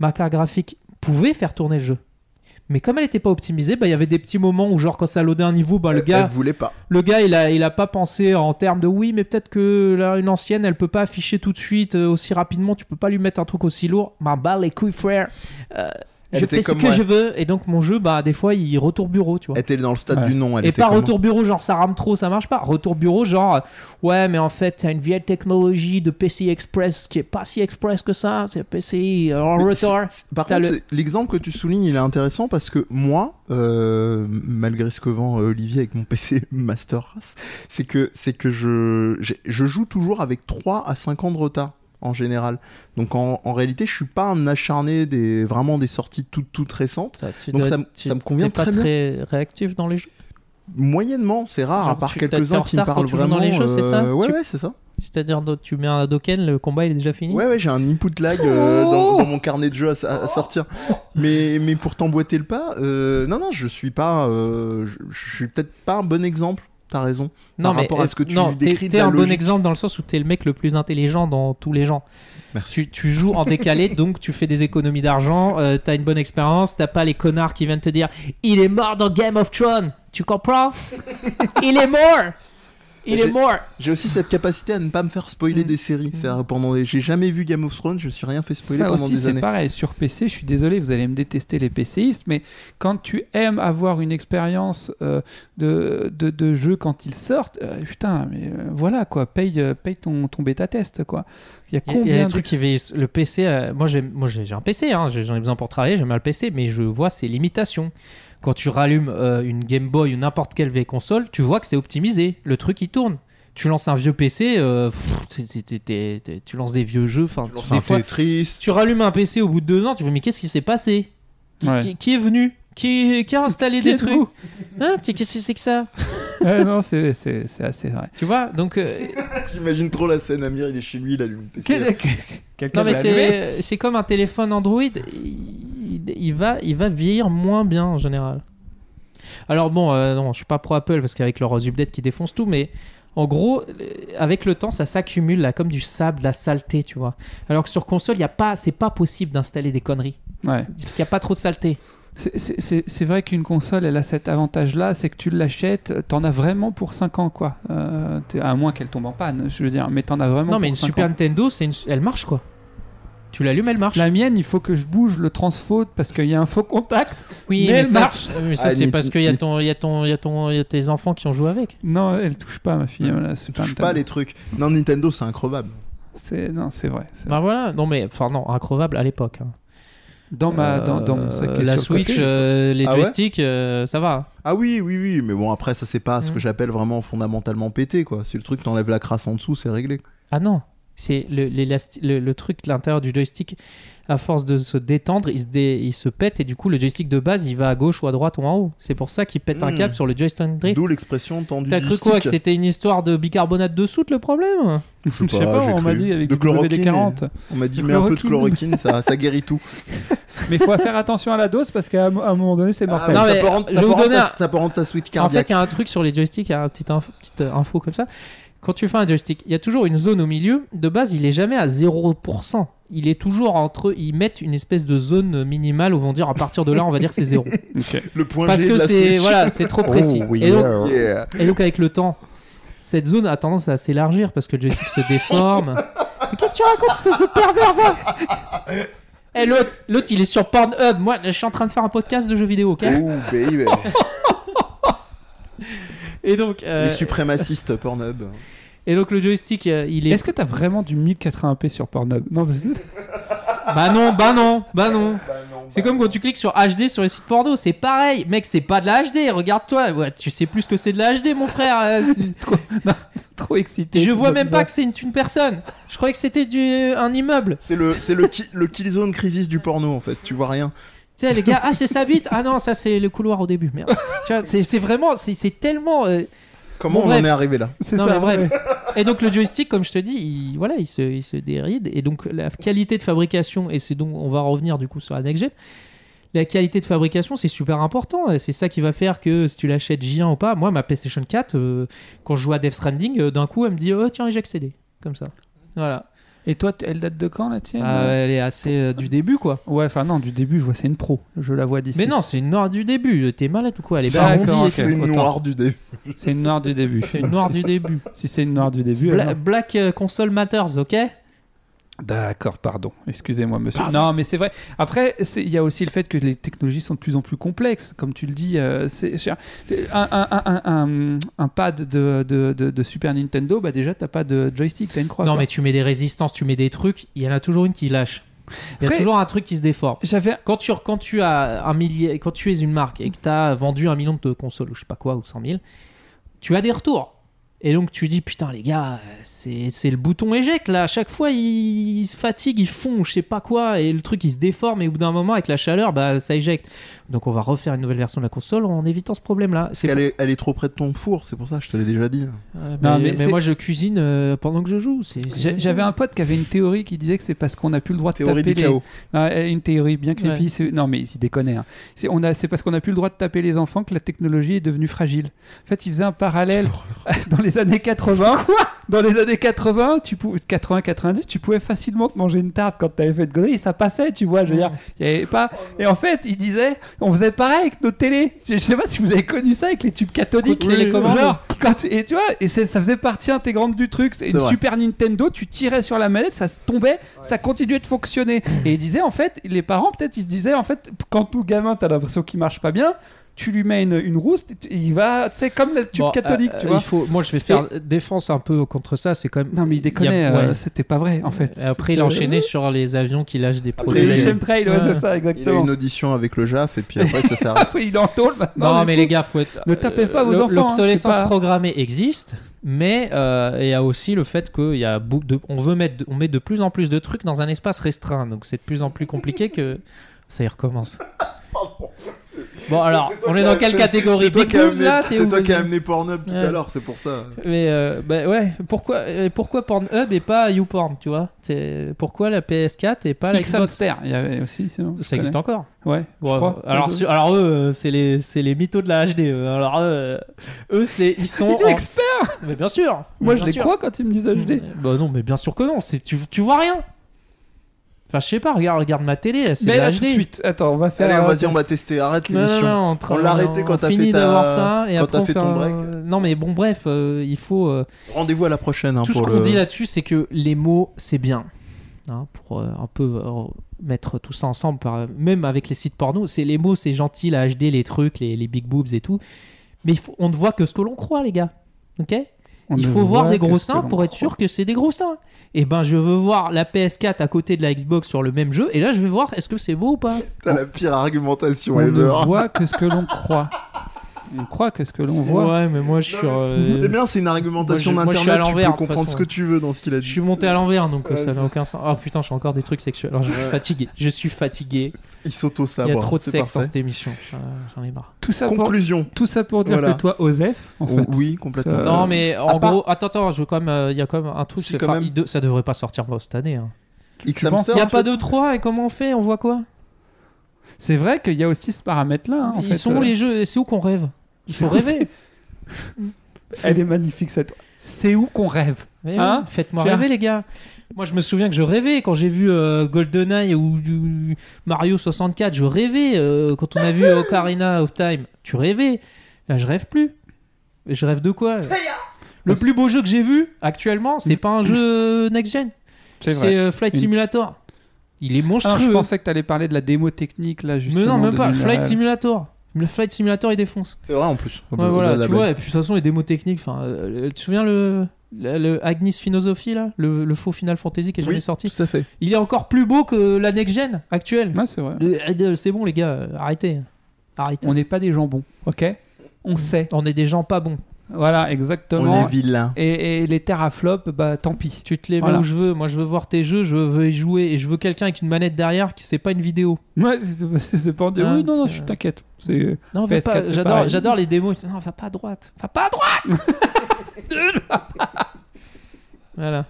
S2: ma carte graphique pouvait faire tourner le jeu. Mais comme elle n'était pas optimisée, bah, il y avait des petits moments où genre quand ça loadait un niveau, bah, le
S3: Elle-
S2: gars
S3: Elle voulait pas.
S2: le gars, il a, il a pas pensé en termes de oui, mais peut-être que là, une ancienne, elle peut pas Bah, afficher tout de suite euh, aussi rapidement. Tu peux pas lui mettre un truc aussi lourd. M'en bats les couilles, frère. Euh,
S3: Elle
S2: je
S3: était
S2: fais ce
S3: comme
S2: que
S3: moi.
S2: je veux et donc mon jeu bah des fois il retourne bureau tu vois.
S3: Elle était dans le stade
S1: Ouais.
S3: du non. Elle
S2: et
S3: était
S2: pas
S3: comment
S2: retour bureau genre ça rame trop ça marche pas retour bureau genre euh, ouais mais en fait t'as une vieille technologie de PCI Express qui est pas si express que ça c'est PCI en
S3: Mais
S2: retard
S3: c'est- c'est- Par
S2: T'as
S3: contre,
S2: le-
S3: c'est- l'exemple que tu soulignes, il est intéressant parce que moi, euh, malgré ce que vend euh, Olivier avec mon PC Master Race, c'est que, c'est que je, j'ai- je joue toujours avec 3 à 5 ans de retard en général. Donc en, en réalité, je suis pas un acharné des, vraiment des sorties toutes, toutes récentes. Donc ça me- ça me convient
S2: t'es pas
S3: très bien.
S2: très réactif dans les jeux
S3: Moyennement, c'est rare,
S2: Genre,
S3: à part
S2: tu- t'es en
S3: quelques-uns qui me
S2: retard quand
S3: parlent
S2: tu joues dans
S3: vraiment.
S2: les jeux, c'est ça
S3: euh, Ouais,
S2: Tu-
S3: ouais, c'est ça.
S2: c'est-à-dire donc, tu mets un Doken le combat il est déjà fini
S3: Ouais, ouais, j'ai un input lag euh, dans,
S2: Oh
S3: dans mon carnet de jeu à, à- à sortir. Mais, mais pour t'emboîter le pas, euh, non, non, je suis pas. euh, je, je suis peut-être pas un bon exemple, t'as raison. par rapport à ce que tu
S2: non, t'es-
S3: décris de
S2: t'es
S3: la
S2: un bon
S3: logique.
S2: exemple dans le sens où t'es le mec le plus intelligent dans tous les gens
S3: Merci.
S2: Tu, tu joues en décalé, donc tu fais des économies d'argent, euh, t'as une bonne expérience, t'as pas les connards qui viennent te dire il est mort dans Game of Thrones, tu comprends Il est mort Il est
S3: J'ai-
S2: mort
S3: J'ai aussi cette capacité à ne pas me faire spoiler
S2: Mm.
S3: des séries. C'est-à-dire pendant les- J'ai jamais vu Game of Thrones, je me suis rien fait spoiler
S1: Ça
S3: pendant
S1: aussi,
S3: des
S1: c'est
S3: années.
S1: pareil. Sur PC, je suis désolé, vous allez me détester les PCistes, mais quand tu aimes avoir une expérience euh, de, de, de jeu quand ils sortent, euh, putain, mais euh, voilà quoi, paye, euh, paye ton, ton bêta-test quoi. Il y a
S2: Il y a- il y a
S1: combien
S2: des
S1: de
S2: trucs qui vieillissent. Le PC, euh, moi j'ai moi, j'ai- j'ai un PC, hein, j'ai- j'en ai besoin pour travailler, j'aime bien le PC, mais je vois ses limitations. Quand tu rallumes euh, une Game Boy ou n'importe quelle vieille console, tu vois que c'est optimisé, le truc il tourne. Tu lances un vieux PC, euh, pff, c'est- c'est- t'es- t'es- t'es- tu lances des vieux jeux, enfin
S3: C'est
S2: des fois
S3: un Tetris.
S2: tu rallumes un PC au bout de deux ans, tu fais mais qu'est-ce qui s'est passé qui,
S1: Ouais.
S2: qui- qui est venu qui, qui a installé
S1: Qui
S2: des
S1: êtes-vous
S2: trucs Hein, Qu'est-ce que c'est que ça
S1: Ouais, Ah non, c'est c'est- c'est assez vrai.
S2: Tu vois Donc euh,
S3: J'imagine trop la scène. Amir, il est chez lui, il allume le PC.
S1: Quel- Quelqu'un
S2: non mais
S1: l'a allumé
S2: c'est c'est comme un téléphone Android, il, il va il va vieillir moins bien en général. Alors bon, euh, non, je suis pas pro Apple parce qu'avec leurs updates qui défoncent tout, mais en gros, euh, avec le temps, ça s'accumule là comme du sable, la saleté, tu vois. Alors que sur console, il y a pas, c'est pas possible d'installer des conneries
S1: Ouais.
S2: parce qu'il y a pas trop de saleté.
S1: C'est- c'est- C'est c'est vrai qu'une console, elle a cet avantage-là, c'est que tu l'achètes, t'en as vraiment pour 5 ans, quoi. Euh, t'es- à moins qu'elle tombe en panne, je veux dire, mais t'en as vraiment
S2: Non,
S1: pour
S2: mais une
S1: 5
S2: Super
S1: ans.
S2: Nintendo, c'est une... elle marche quoi. Tu l'allumes, elle marche.
S1: La mienne, il faut que je bouge le transfaute parce qu'il y a un faux contact.
S2: Oui,
S1: mais elle
S2: ça,
S1: marche.
S2: c'est- euh, mais ça,
S3: Ah,
S2: c'est
S3: ni-
S2: parce qu'il y a ton, il y a ton, il y a ton, il y a tes enfants qui ont joué avec.
S1: Non, elle touche pas, ma
S2: Mmh.
S1: fille.
S3: Mm.
S1: la Super
S3: Touche pas
S1: Nintendo.
S3: les trucs. Non, Nintendo, c'est incroyable.
S1: C'est- Non, c'est vrai. c'est-
S2: Ben voilà, non mais, enfin non, incroyable à l'époque. hein.
S1: Dans, ma,
S2: Euh,
S1: bah, dans, dans mon sac qui est
S2: la
S1: sur le
S2: Switch,
S1: côté,
S2: euh, les
S3: Ah ouais
S2: joysticks, euh, ça va.
S3: Ah oui, oui, oui, mais bon, après, ça, c'est pas ce
S2: Mm.
S3: que j'appelle vraiment fondamentalement pété, quoi. C'est le truc, t'enlèves la crasse en dessous, c'est réglé.
S2: Ah non, c'est le, l'élasti- le, le truc de l'intérieur du joystick. À force de se détendre, il se, dé- il se pète et du coup le joystick de base, il va à gauche ou à droite ou en haut. C'est pour ça qu'il pète un
S1: Hmm.
S3: Mm.
S2: câble sur le joystick drift.
S3: D'où l'expression tendue
S2: T'as
S3: du
S2: cru quoi
S3: stick.
S2: que c'était une histoire de bicarbonate de soude le problème
S1: Je sais pas,
S3: j'ai
S1: on m'a
S3: cru.
S1: dit avec
S3: De
S1: du WD-40.
S3: On m'a dit,
S1: Du
S3: mais un peu de
S1: chloroquine.
S3: chloroquine, ça, ça guérit tout.
S1: Mais faut faire attention à la dose parce qu'à un mo- à un moment donné, c'est
S3: Ah,
S1: mortel.
S2: non,
S3: ça
S2: mais
S3: peut rendre-
S2: je
S3: ça
S2: vais
S3: peut
S2: vous
S3: rendre
S2: donner
S3: ta-
S2: un-
S3: Ça peut rendre ta suite
S2: En fait,
S3: cardiaque.
S2: il y a un truc sur les joysticks, il y a une petite info, petite, euh, info comme ça. Quand tu fais un joystick, il y a toujours une zone au milieu. De base, il est jamais à 0%. Il est toujours entre. Ils mettent une espèce de zone minimale où vont dire à partir de là, on va dire que c'est zéro.
S1: Ok.
S3: Le point
S2: Parce
S3: G
S2: que
S3: de la
S2: c'est
S3: Switch.
S2: voilà, c'est trop précis.
S3: Oh, oui,
S2: et, donc,
S3: yeah.
S2: et donc, avec le temps, cette zone a tendance à s'élargir parce que le joystick se déforme. Mais qu'est-ce que tu racontes, espèce de pervers, va Eh, l'autre, l'autre, il est sur Pornhub. Moi, je suis en train de faire un podcast de jeux vidéo, ok
S3: Oh, baby.
S2: Et donc, euh,
S3: Les suprémacistes Pornhub.
S2: et donc le joystick, euh, il est
S1: Est-ce que t'as vraiment du 1080p sur Pornhub Non, parce que
S2: Bah non, bah non, bah non. C'est comme quand tu cliques sur HD sur les sites porno, c'est pareil. Mec, c'est pas de la HD, regarde-toi. Ouais, tu sais plus ce que c'est de la HD, mon frère. Euh, c'est-
S1: trop excité.
S2: Je vois
S1: tout
S2: même
S1: ça.
S2: pas que c'est une, une personne. Je croyais que c'était du euh, un immeuble.
S3: C'est le, c'est le, ki- le Killzone Crisis du porno, en fait. Tu vois rien.
S2: Tu sais, les gars, ah, c'est sa bite. Ah non, ça, c'est le couloir au début. Merde. Tu vois, c'est c'est vraiment, c'est- c'est tellement. euh,
S3: Comment
S2: Bon,
S3: on
S2: bref.
S3: en est arrivé là
S1: C'est
S2: Non,
S1: ça,
S2: mais bref.
S1: ouais.
S2: Et donc le joystick, comme je te dis, il, voilà, il se, il se déride. Et donc la qualité de fabrication, et c'est donc on va revenir du coup sur la next gen, la qualité de fabrication, c'est super important. Et C'est ça qui va faire que si tu l'achètes J1 ou pas, moi ma PlayStation 4, euh, quand je joue à Death Stranding, euh, d'un coup elle me dit oh tiens j'ai accédé, comme ça. Voilà.
S1: Et toi, t- elle date de quand la tienne
S2: Euh, elle est assez euh, du début quoi.
S1: Ouais, enfin non, du début, je vois, c'est une pro. Je la vois d'ici.
S2: Mais non, c'est une noire du début. T'es malade ou quoi Elle est
S1: Ça
S2: pas
S1: arrondit,
S2: arrondie.
S1: ok.
S3: C'est
S1: autant.
S3: noir du dé.
S1: c'est une noire du début.
S2: C'est une noire du début.
S1: Si c'est une noire du début,
S2: Bla-
S1: alors-
S2: Black euh, Console Matters, ok
S1: D'accord, pardon. Excusez-moi, monsieur. Non, mais c'est vrai. Après, c'est- il y a aussi le fait que les technologies sont de plus en plus complexes. Comme tu le dis, euh, c'est c'est- un, un- un- un- un pad de, de- de- de Super Nintendo, bah déjà, t'as pas de joystick, t'as une croix.
S2: Non,
S1: quoi.
S2: mais tu mets des résistances, tu mets des trucs, il y en a toujours une qui lâche. Il y a
S1: Après-
S2: toujours un truc qui se déforme.
S1: J'avais...
S2: Quand tu, quand tu as un millier, quand tu es une marque et que tu as vendu un million de consoles ou je sais pas quoi ou 100 000, tu as des retours. Et donc tu dis putain les gars, c'est c'est le bouton éjecte là. À chaque fois ils, ils se fatiguent, ils font je sais pas quoi et le truc il se déforme et au bout d'un moment avec la chaleur bah ça éjecte. Donc on va refaire une nouvelle version de la console en évitant ce problème là.
S3: Elle est, elle est trop près de ton four, c'est pour ça, je te l'ai déjà dit.
S1: mais-
S2: euh, mais,
S1: mais
S2: moi je cuisine euh, pendant que je joue. c'est- c'est
S1: j'a-
S2: comme ça.
S1: J'avais un pote qui avait une théorie qui disait que c'est parce qu'on n'a plus le droit de
S3: Théorie
S1: taper
S3: du
S1: les...
S3: chaos.
S1: Non, euh, une théorie bien creepy. c'est- Non, mais il déconne. Hein. C'est on a- c'est parce qu'on n'a plus le droit de taper les enfants que la technologie est devenue fragile. En fait, il faisait un parallèle dans les années 80. dans les années 80, tu pouvais 80, 90, tu pouvais facilement te manger une tarte quand t'avais fait de conneries, ça passait, tu vois. Je veux dire, il y avait pas. Et en fait, il disait, on faisait pareil avec nos télés. Je, je sais pas si vous avez connu ça avec les tubes cathodiques,
S3: Oui,
S1: télécommandes.
S3: oui.
S1: Genre, quand- et tu vois, et c'est- ça faisait partie intégrante du truc. Et
S3: C'est
S1: Une
S3: vrai.
S1: Super Nintendo, tu tirais sur la manette, ça se tombait, ça continuait de fonctionner. Et il disait en fait, les parents peut-être ils se disaient en fait, quand tout gamin t'as l'impression qu'il marche pas bien, tu lui mets une, une rouste, et tu- il va, tu sais comme le tube
S2: Bon,
S1: cathodique,
S2: euh,
S1: tu
S2: euh,
S1: vois.
S2: il faut, moi, je vais faire défense un peu contre ça. C'est quand même.
S1: Non mais il déconnait,
S2: y a- ouais.
S1: euh, c'était pas vrai en fait.
S2: Et Après, il a
S1: C'était-
S2: enchaîné sur les avions qui lâchent des
S3: Après,
S1: Après,
S2: produits.
S1: il a eu
S3: il a eu-
S1: Chemtrail, ouais,
S2: Ouais.
S1: c'est ça
S3: Il a eu
S1: exactement.
S3: une audition avec le JAF et puis après ça s'arrête.
S1: Après il est en tôle maintenant.
S2: Non,
S1: du
S2: mais
S1: coup.
S2: les gars, faut être. euh,
S1: Ne tapez pas vos
S2: le-
S1: enfants, hein,
S2: L'obsolescence
S1: c'est pas-
S2: programmée existe, mais euh, il y a aussi le fait qu'il y a bou- de- on veut mettre, de- on met de plus en plus de trucs dans un espace restreint, donc c'est de plus en plus compliqué que ça y recommence. Bon alors,
S3: C'est toi
S2: on est
S3: qui
S2: dans
S3: a-
S2: quelle
S3: c'est-
S2: catégorie
S3: C'est toi
S2: Big
S3: qui as
S2: Boobs,
S3: amené,
S2: là,
S3: c'est
S2: où
S3: toi qui
S2: vous-
S3: as amené Pornhub tout
S2: Ouais.
S3: à l'heure, c'est pour ça.
S2: Mais euh, bah ouais, pourquoi euh, pourquoi Pornhub et pas YouPorn, tu vois C'est- Pourquoi la PS4 et pas la
S1: X
S2: Xbox
S1: Hamster, il y avait aussi. sinon, je
S2: Ça existe
S1: connais.
S2: encore.
S1: Ouais. je
S2: Ouais,
S1: crois.
S2: alors,
S1: Je-
S2: sur- alors eux, euh, c'est les, c'est les mythos de la HD. eux. Alors euh, eux, c'est ils sont.
S1: Il est
S2: en-
S1: expert.
S2: Mais bien sûr.
S1: Moi
S2: mais
S1: je
S2: bien
S1: les
S2: sûr.
S1: crois quand ils me disent HD.
S2: Bah non, mais bien sûr que non. C'est tu, tu vois rien. Enfin, je sais pas. Regarde, regarde ma télé, c'est de
S1: Mais
S2: la
S1: là tout de
S2: HD.
S1: suite, attends, on va faire.
S3: Allez,
S1: un
S3: vas-y, on
S1: test.
S3: va tester, arrête
S2: Non, non,
S3: l'émission.
S2: non,
S3: On l'a arrêté quand t'as
S2: finit
S3: fait ta-
S2: d'avoir ça et
S3: quand
S2: après
S3: t'as
S2: on
S3: fait ton
S2: un-
S3: break.
S2: Non mais bon bref, euh, il faut. euh,
S3: Rendez-vous à la prochaine. hein,
S2: tout ce
S3: pour
S2: qu'on
S3: le-
S2: dit là-dessus, c'est que les mots, c'est bien. Hein, pour euh, un peu euh, mettre tout ça ensemble, par, euh, même avec les sites porno, c'est les mots, c'est gentil, la HD, les trucs, les, les big boobs et tout. Mais il faut- on ne voit que ce que l'on croit, les gars. Ok
S1: On
S2: Il
S1: ne
S2: faut voir
S1: voit
S2: des
S1: que
S2: gros
S1: ce que
S2: seins
S1: l'on
S2: pour être
S1: croit.
S2: sûr que c'est des gros seins. Et ben, je veux voir la PS4 à côté de la Xbox sur le même jeu, et là, je vais voir est-ce que c'est beau ou pas.
S3: T'as la pire argumentation
S1: On ne
S3: ever.
S1: voit que ce que l'on croit. On croit que ce que l'on voit.
S2: Ouais, mais moi, je suis. euh,
S3: C'est bien, c'est une argumentation
S2: moi, je- moi, je suis à
S3: d'internet, tu
S2: l'envers,
S3: peux
S2: de toute
S3: comprendre ce
S2: façon.
S3: que tu veux dans ce qu'il a
S2: Je
S3: dit.
S2: suis monté à l'envers, donc euh,
S3: Ouais,
S2: ça n'a aucun sens. Oh putain, je suis encore des trucs sexuels. Alors, je suis fatigué. Je suis fatigué.
S3: Il
S2: Il
S3: s'auto-sabre.
S2: y a trop de
S3: c'est
S2: sexe dans
S3: parfait.
S2: cette émission. Euh, J'en ai marre.
S1: Tout ça pour
S3: Conclusion.
S1: tout ça pour dire
S3: Voilà.
S1: que toi Osef en fait.
S3: Oui, complètement.
S1: Euh,
S2: non, mais en
S3: à part-
S2: gros, attends, attends, je veux quand même. euh, Il y a quand même un truc.
S3: Si,
S2: c'est-
S3: quand
S2: enfin,
S3: même.
S2: il de- ça devrait pas sortir moi, cette année. hein.
S3: X-Hamster,
S2: Il n'y a
S3: tu-
S2: pas de 3 et comment on fait On voit quoi
S1: C'est vrai qu'il y a aussi ce hein, paramètre
S3: Ah,
S1: là
S2: Ils sont où
S1: euh,
S3: euh,
S2: les jeux. C'est où qu'on rêve Il faut rêver.
S1: Elle est magnifique cette C'est où qu'on rêve
S2: Mais
S1: Hein
S2: Eh oui, Faites-moi
S1: Pierre
S2: rêver, les gars. Moi, je me souviens que je rêvais quand j'ai vu euh, GoldenEye ou du Mario 64. Je rêvais euh, quand on a vu Ocarina of Time. Tu rêvais. Là, je rêve plus. Et je rêve de quoi
S3: ah
S2: Le plus beau jeu que j'ai vu actuellement, c'est pas un jeu next-gen. C'est euh, Flight
S1: Une-
S2: Simulator. Il est
S1: Ah,
S2: monstrueux.
S1: je pensais que t'allais parler de la démo technique là
S2: Mais
S1: justement.
S2: non, même
S1: de
S2: pas.
S1: l'univers.
S2: Flight Simulator. Le Flight Simulator, il défonce.
S3: C'est vrai en plus.
S2: Ouais,
S3: Au-
S2: voilà,
S3: au-delà de la
S2: tu
S3: blague.
S2: vois. Et puis, de toute façon, les démos techniques. Enfin, euh, tu te souviens le, le, le Agnis Philosophy, là le, le faux Final Fantasy qui est jamais
S3: Oui,
S2: sorti
S3: Tout à fait.
S2: Il est encore plus beau que la next-gen actuelle.
S1: Ouais, c'est vrai.
S2: Le- euh, C'est bon, les gars, euh, arrêtez. Arrêtez.
S1: On n'est pas des jambons, OK On sait.
S2: On est des gens pas bons.
S1: Voilà,
S3: On
S1: exactement.
S3: est vilain.
S1: et, et les teraflops, bah tant pis.
S2: Tu te les mets
S1: Voilà.
S2: où je veux. Moi, je veux voir tes jeux, je veux y jouer. Et je veux quelqu'un avec une manette derrière qui c'est pas une vidéo.
S1: Ouais, c'est- c'est c'est pas.
S2: Ah,
S1: oui, non, non,
S2: c'est-
S1: je t'inquiète. C'est.
S2: Non, va
S1: PS4,
S2: pas.
S1: c'est
S2: J'adore,
S1: pareil.
S2: j'adore les démos. Non, va pas à droite. Va pas à droite. voilà.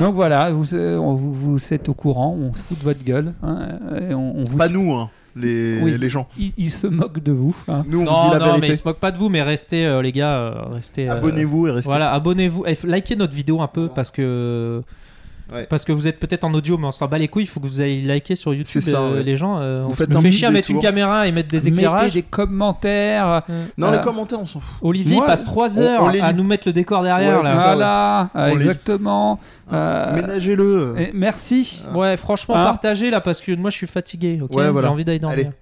S1: Donc voilà, vous, euh, on- vous, vous êtes au courant, on se fout de votre gueule, hein, et on, on vous.
S3: Pas nous, hein, les,
S1: Oui.
S3: les gens.
S1: Ils, ils se moquent de vous. hein.
S3: Nous, on
S2: non,
S3: vous dit la
S2: non, mais ils
S3: vérité.
S2: se moquent pas de vous, mais restez, euh, les gars, euh, restez. euh,
S3: Abonnez-vous et restez.
S2: Voilà, abonnez-vous, Eh, likez notre vidéo un peu parce que
S3: Ouais.
S2: Parce que vous êtes peut-être en audio, mais on s'en bat les couilles. Il faut que vous ayez liker sur YouTube
S3: C'est ça,
S2: euh,
S3: ouais.
S2: les gens. euh,
S3: Vous
S2: on
S3: faites
S2: nous
S3: un
S2: fait
S3: petit
S2: chier à mettre une
S3: détour.
S2: caméra et mettre des
S1: Mettez
S2: éclairages.
S1: des commentaires.
S2: Euh,
S3: Non,
S1: Euh,
S3: les commentaires, on s'en fout.
S2: Olivier
S1: Moi,
S2: passe 3
S3: on-
S2: heures
S3: on les
S2: à
S3: lit.
S2: nous mettre le décor derrière.
S3: Ouais,
S2: là.
S3: c'est ça,
S1: voilà, euh,
S3: On les-
S1: exactement.
S2: Ah.
S1: Euh,
S3: Ménagez-le.
S1: et merci.
S2: Ouais, franchement,
S1: Hein
S2: partagez là parce que moi je suis fatigué. ok
S3: Ah. Ouais, voilà.
S2: J'ai envie d'aller dormir.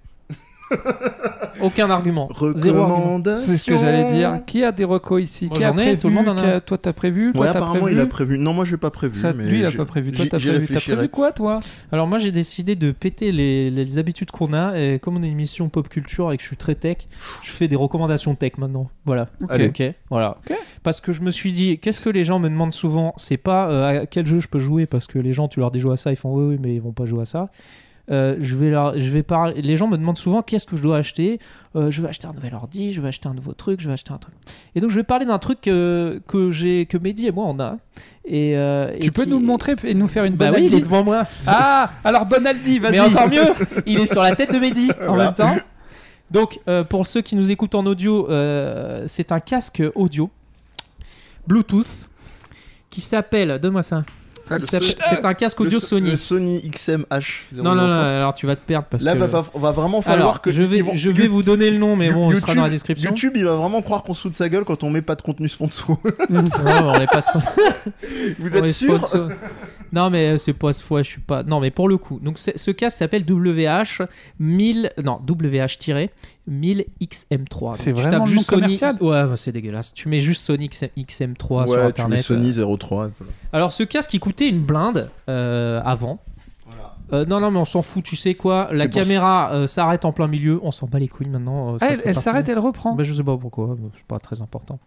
S2: Aucun argument. Zéro argument.
S3: Recommandation.
S1: C'est ce que j'allais dire. Qui a des recos ici
S2: Moi,
S1: Qui a
S2: j'en ai,
S1: prévu
S2: tout le monde en a.
S1: Qui Toi, t'as prévu
S3: Ouais,
S1: Toi, t'as
S3: apparemment,
S1: prévu
S3: il a prévu. Non, moi, j'ai pas prévu.
S1: Ça,
S3: mais
S1: lui, il a
S3: j'ai-
S1: pas prévu. Toi,
S3: j'y-
S1: t'as
S3: j'y
S1: prévu. T'as
S3: réfléchirai.
S1: prévu quoi, toi
S2: Alors moi j'ai décidé de péter les, les habitudes qu'on a. Et comme on est une émission pop culture et que je suis très tech, je fais des recommandations tech maintenant. Voilà.
S1: Ok.
S3: Allez.
S2: Ok, voilà.
S1: Ok.
S2: Parce que je me suis dit, qu'est-ce que les gens me demandent souvent C'est pas euh, à quel jeu je peux jouer, parce que les gens, tu leur dis jouer à ça, ils font oui, oui, mais ils vont pas jouer à ça. Euh, je vais leur, je vais parler. Les gens me demandent souvent qu'est-ce que je dois acheter. Euh, je vais acheter un nouvel ordi, je vais acheter un nouveau truc, je vais acheter un truc. Et donc je vais parler d'un truc euh, que j'ai, que Mehdi et moi on a. Et, euh, et
S1: Tu peux
S2: qui-
S1: nous le montrer et nous faire une
S2: Bah
S1: bonne
S2: oui, il est
S1: Aldi
S2: devant moi.
S1: Ah Alors, bonne Aldi, vas-y
S2: Mais encore mieux, il est sur la tête de Mehdi en
S3: Voilà.
S2: même temps. Donc, euh, pour ceux qui nous écoutent en audio, euh, c'est un casque audio Bluetooth qui s'appelle. Donne-moi ça.
S3: Ah,
S2: Il
S3: le
S2: s'appelle-
S3: Sony-
S2: C'est un casque audio
S3: le, so-
S2: Sony.
S3: le Sony XMH.
S2: Non, non, non, alors tu vas te perdre parce
S3: Là,
S2: que.
S3: va, va- va vraiment falloir
S2: alors,
S3: que.
S2: je vais,
S3: ils vont-
S2: je vais vous donner le nom, mais bon, il sera dans la description.
S3: YouTube, il va vraiment croire qu'on se fout de sa gueule quand on met pas de contenu sponsor.
S2: Ouais, on les passe pas.
S3: Vous
S2: on les
S3: êtes sûr
S2: sponsor. Non, mais euh, c'est pas ce fois, je suis pas. Non, mais pour le coup. Donc, c'est- ce casque s'appelle WH 1000. Non, WH-1000XM3.
S1: C'est
S2: Donc, tu
S1: vraiment le
S2: tapes juste
S1: nom
S2: Sony.
S1: commercial
S2: Ouais, bah, c'est dégueulasse. Tu mets juste Sony X- XM3 sur
S3: Ouais, tu mets
S2: internet. euh,
S3: Sony 03. voilà.
S2: Alors, ce casque, il coûtait une blinde euh, avant. Euh, non, non, mais on s'en fout, tu sais quoi La
S3: C'est pour ça.
S2: caméra euh, s'arrête en plein milieu, on s'en bat les couilles maintenant. euh, ça
S1: Elle,
S2: fait
S1: elle
S2: partie-
S1: s'arrête, elle reprend.
S2: Bah, Je sais pas pourquoi, c'est pas très important.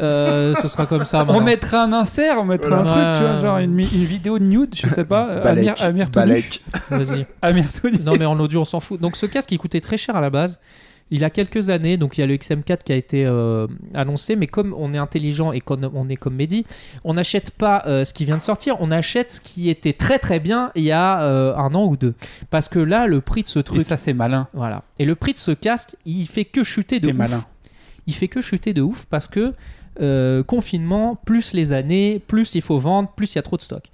S2: Euh, ce sera comme ça
S1: on
S2: maintenant.
S1: mettra un insert, on mettra
S2: Voilà.
S1: un truc, tu vois,
S2: Ouais.
S1: genre une, mi- une vidéo nude, je sais pas, euh, Amir,
S3: Balek.
S1: Amir tout nu.
S3: Balek.
S2: Vas-y.
S1: Amir tout nu.
S2: Non, mais en audio, on s'en fout. Donc, ce casque, il coûtait très cher à la base. Il a quelques années, donc il y a le XM4 qui a été euh, annoncé, mais comme on est intelligent et qu'on on est comme Mehdi, on n'achète pas euh, ce qui vient de sortir, on achète ce qui était très très bien il y a euh, un an ou deux. Parce que là, le prix de ce
S1: Et
S2: truc,
S1: ça, c'est malin.
S2: voilà. Et le prix de ce casque, il fait que chuter de
S1: T'es
S2: ouf.
S1: malin.
S2: Il fait que chuter de ouf parce que euh, confinement, plus les années, plus il faut vendre, plus il y a trop de stock.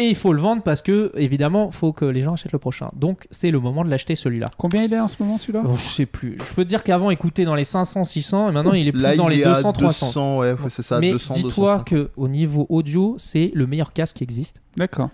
S2: Et il faut le vendre parce que, évidemment, faut que les gens achètent le prochain. Donc, c'est le moment de l'acheter celui-là.
S1: Combien il est en ce moment, celui-là
S2: Oh, je sais plus. Je peux te dire qu'avant, il coûtait dans les 500, 600, et maintenant, il est plus
S3: Là,
S2: dans
S3: il
S2: les
S3: est à
S2: 200, 300.
S3: 200, ouais, ouais, c'est ça,
S2: Mais
S3: 200,
S2: dis-toi
S3: 200.
S2: que au niveau audio, c'est le meilleur casque qui existe.
S1: D'accord.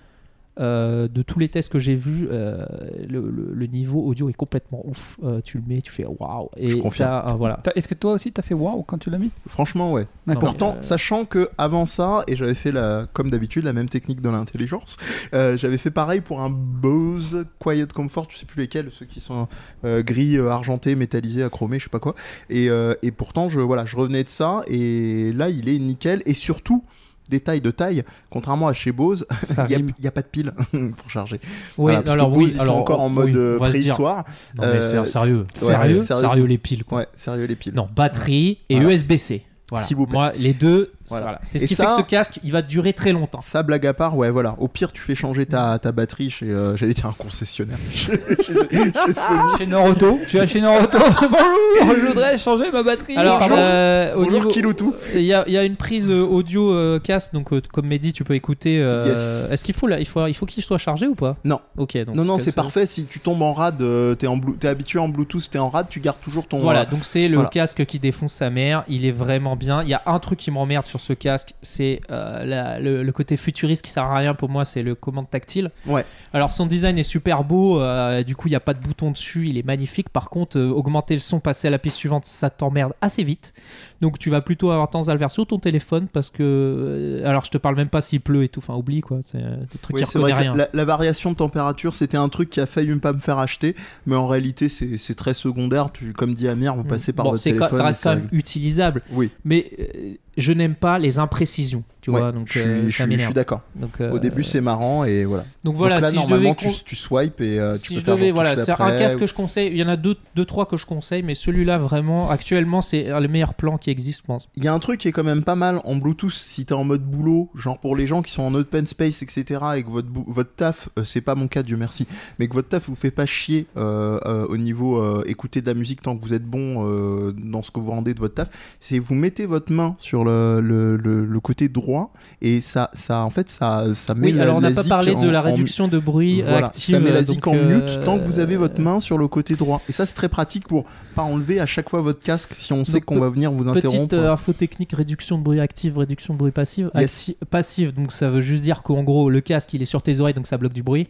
S2: Euh, de tous les tests que j'ai vus, euh, le, le- le niveau audio est complètement ouf. Euh, tu le mets, tu fais waouh. Et
S3: confirme.
S2: t'as un- voilà.
S1: T'as- Est-ce que toi aussi, t'as fait waouh quand tu l'as mis
S3: Franchement, ouais.
S2: Non,
S1: D'accord.
S2: mais-
S3: Pourtant,
S2: euh,
S3: sachant que avant ça, et j'avais fait la, comme d'habitude, la même technique de l'intelligence, euh, j'avais fait pareil pour un Bose Quiet Comfort, je sais plus lesquels, ceux qui sont euh, gris, euh, argentés, métallisés, achromés, je sais pas quoi. Et, euh, et pourtant, je, voilà, je revenais de ça, et là, il est nickel, et surtout. Détail de taille, contrairement à chez Bose,
S1: Ça
S3: il
S1: rime.
S3: n'y a, pas de pile pour charger.
S2: Ouais,
S3: Voilà, parce
S2: alors
S3: que
S2: oui,
S3: Bose, ils sont
S2: alors, oh,
S3: encore en
S2: oui,
S3: mode euh,
S2: on va se dire.
S3: préhistoire.
S2: Non, mais c'est
S3: Euh,
S2: sérieux.
S3: c'est- ouais,
S2: sérieux,
S3: sérieux.
S2: sérieux les piles. quoi.
S3: Ouais, sérieux les piles.
S2: Non, batterie et
S3: Voilà.
S2: USB-C. Voilà.
S3: S'il vous plaît.
S2: Moi, les deux, c'est-
S3: Voilà.
S2: voilà. c'est ce
S3: Et
S2: qui
S3: ça-
S2: fait que ce casque, il va durer très longtemps.
S3: Ça, blague à part, ouais, voilà. Au pire, tu fais changer ta, ta batterie chez. euh, J'allais dire un concessionnaire. chez, chez- chez Sony.
S1: Chez Noroto, tu vas chez Noroto. Bonjour, je voudrais changer ma batterie.
S2: Alors,
S1: Pardon
S2: euh, au
S3: Bonjour,
S2: niveau-
S3: Kiloutou.
S2: Il y, a il y a une prise euh, audio euh, casque, donc euh, comme Mehdi, tu peux écouter. euh,
S3: Yes.
S2: Est-ce qu'il faut là, il faut, il faut qu'il soit chargé ou pas
S3: Non.
S2: Ok. Donc,
S3: Non, non,
S2: parce que
S3: c'est parfait. Si tu tombes en rad, euh, t'es en blu- t'es habitué en Bluetooth, t'es en rad, tu gardes toujours ton.
S2: Voilà, donc c'est le
S3: Voilà.
S2: casque qui défonce sa mère. Il est vraiment bien. Il y a un truc qui m'emmerde sur ce casque, c'est euh, la- le, le côté futuriste qui sert à rien pour moi, c'est le commande tactile.
S3: Ouais.
S2: Alors son design est super beau. euh, du coup, il n'y a pas de bouton dessus. Il est magnifique. Par contre, euh, augmenter le son, passer à la piste suivante, ça t'emmerde assez vite. Donc tu vas plutôt avoir tendance à le faire sur ton téléphone parce que, euh, alors je te parle même pas s'il pleut et tout. Enfin, oublie quoi. C'est euh, des trucs
S3: Oui,
S2: qui
S3: c'est vrai
S2: reconnaît
S3: que
S2: rien.
S3: la, la variation de température, c'était un truc qui a failli pas me faire acheter, mais en réalité, c'est c'est très secondaire. Tu, comme dit Amir, vous passez par
S2: Mm. Bon,
S3: votre
S2: c'est quoi-
S3: téléphone.
S2: ça
S3: et
S2: reste
S3: ça
S2: quand même
S3: règle.
S2: utilisable,
S3: Oui,
S2: mais euh, je n'aime pas les imprécisions, tu
S3: ouais,
S2: vois, donc
S3: je, suis-
S2: euh,
S3: je
S2: ça
S3: suis- je
S2: m'énerve.
S3: suis d'accord.
S2: Donc, euh,
S3: Au début, c'est marrant et voilà.
S2: donc voilà,
S3: Donc là,
S2: si je devais,
S3: normalement,
S2: con-
S3: tu, tu swipes et euh, tu
S2: si
S3: peux
S2: je
S3: faire
S2: devais
S3: genre
S2: voilà,
S3: touche
S2: c'est un
S3: d'après
S2: casque que
S3: ou-
S2: je conseille. Il y en a deux, deux trois que je conseille, mais celui-là vraiment, actuellement, c'est le meilleur plan qui existe, je pense.
S3: Il y a un truc qui est quand même pas mal en Bluetooth si t'es en mode boulot, genre pour les gens qui sont en open space, etc. et que votre, bou- votre taf, euh, c'est pas mon cas, Dieu merci, mais que votre taf vous fait pas chier euh, euh, au niveau euh, écouter de la musique tant que vous êtes bon euh, dans ce que vous rendez de votre taf, c'est vous mettez votre main sur le, le- le- le côté droit 3 et ça, ça en fait ça, ça met
S2: Oui,
S3: la,
S2: alors on n'a
S3: la
S2: pas
S3: zik
S2: parlé de
S3: en-
S2: la
S3: en-
S2: réduction de bruit
S3: voilà,
S2: active.
S3: ça met la
S2: euh,
S3: zik
S2: donc,
S3: en
S2: euh,
S3: mute tant que vous avez votre main sur le côté droit et ça c'est très pratique pour pas enlever à chaque fois votre casque si on sait
S2: Donc,
S3: qu'on va venir vous
S2: Petite
S3: interrompre
S2: euh, info technique, réduction de bruit active, réduction de bruit passive.
S3: Yes.
S2: Acti- passive, donc ça veut juste dire qu'en gros, le casque, il est sur tes oreilles, donc ça bloque du bruit.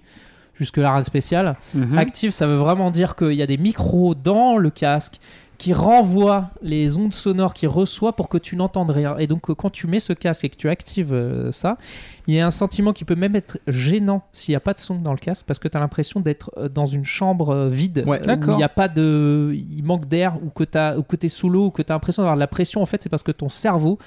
S2: Jusque-là, rien de spécial.
S1: Mhm.
S2: Active, ça veut vraiment dire qu'il y a des micros dans le casque qui renvoient les ondes sonores qu'il reçoit pour que tu n'entendes rien. Et donc, euh, quand tu mets ce casque et que tu actives euh, ça, il y a un sentiment qui peut même être gênant s'il n'y a pas de son dans le casque parce que tu as l'impression d'être euh, dans une chambre euh, vide
S3: Ouais.
S2: où
S1: D'accord.
S2: il n'y a pas de. Il manque d'air ou que tu es sous l'eau ou que tu as l'impression d'avoir de la pression. En fait, c'est parce que ton cerveau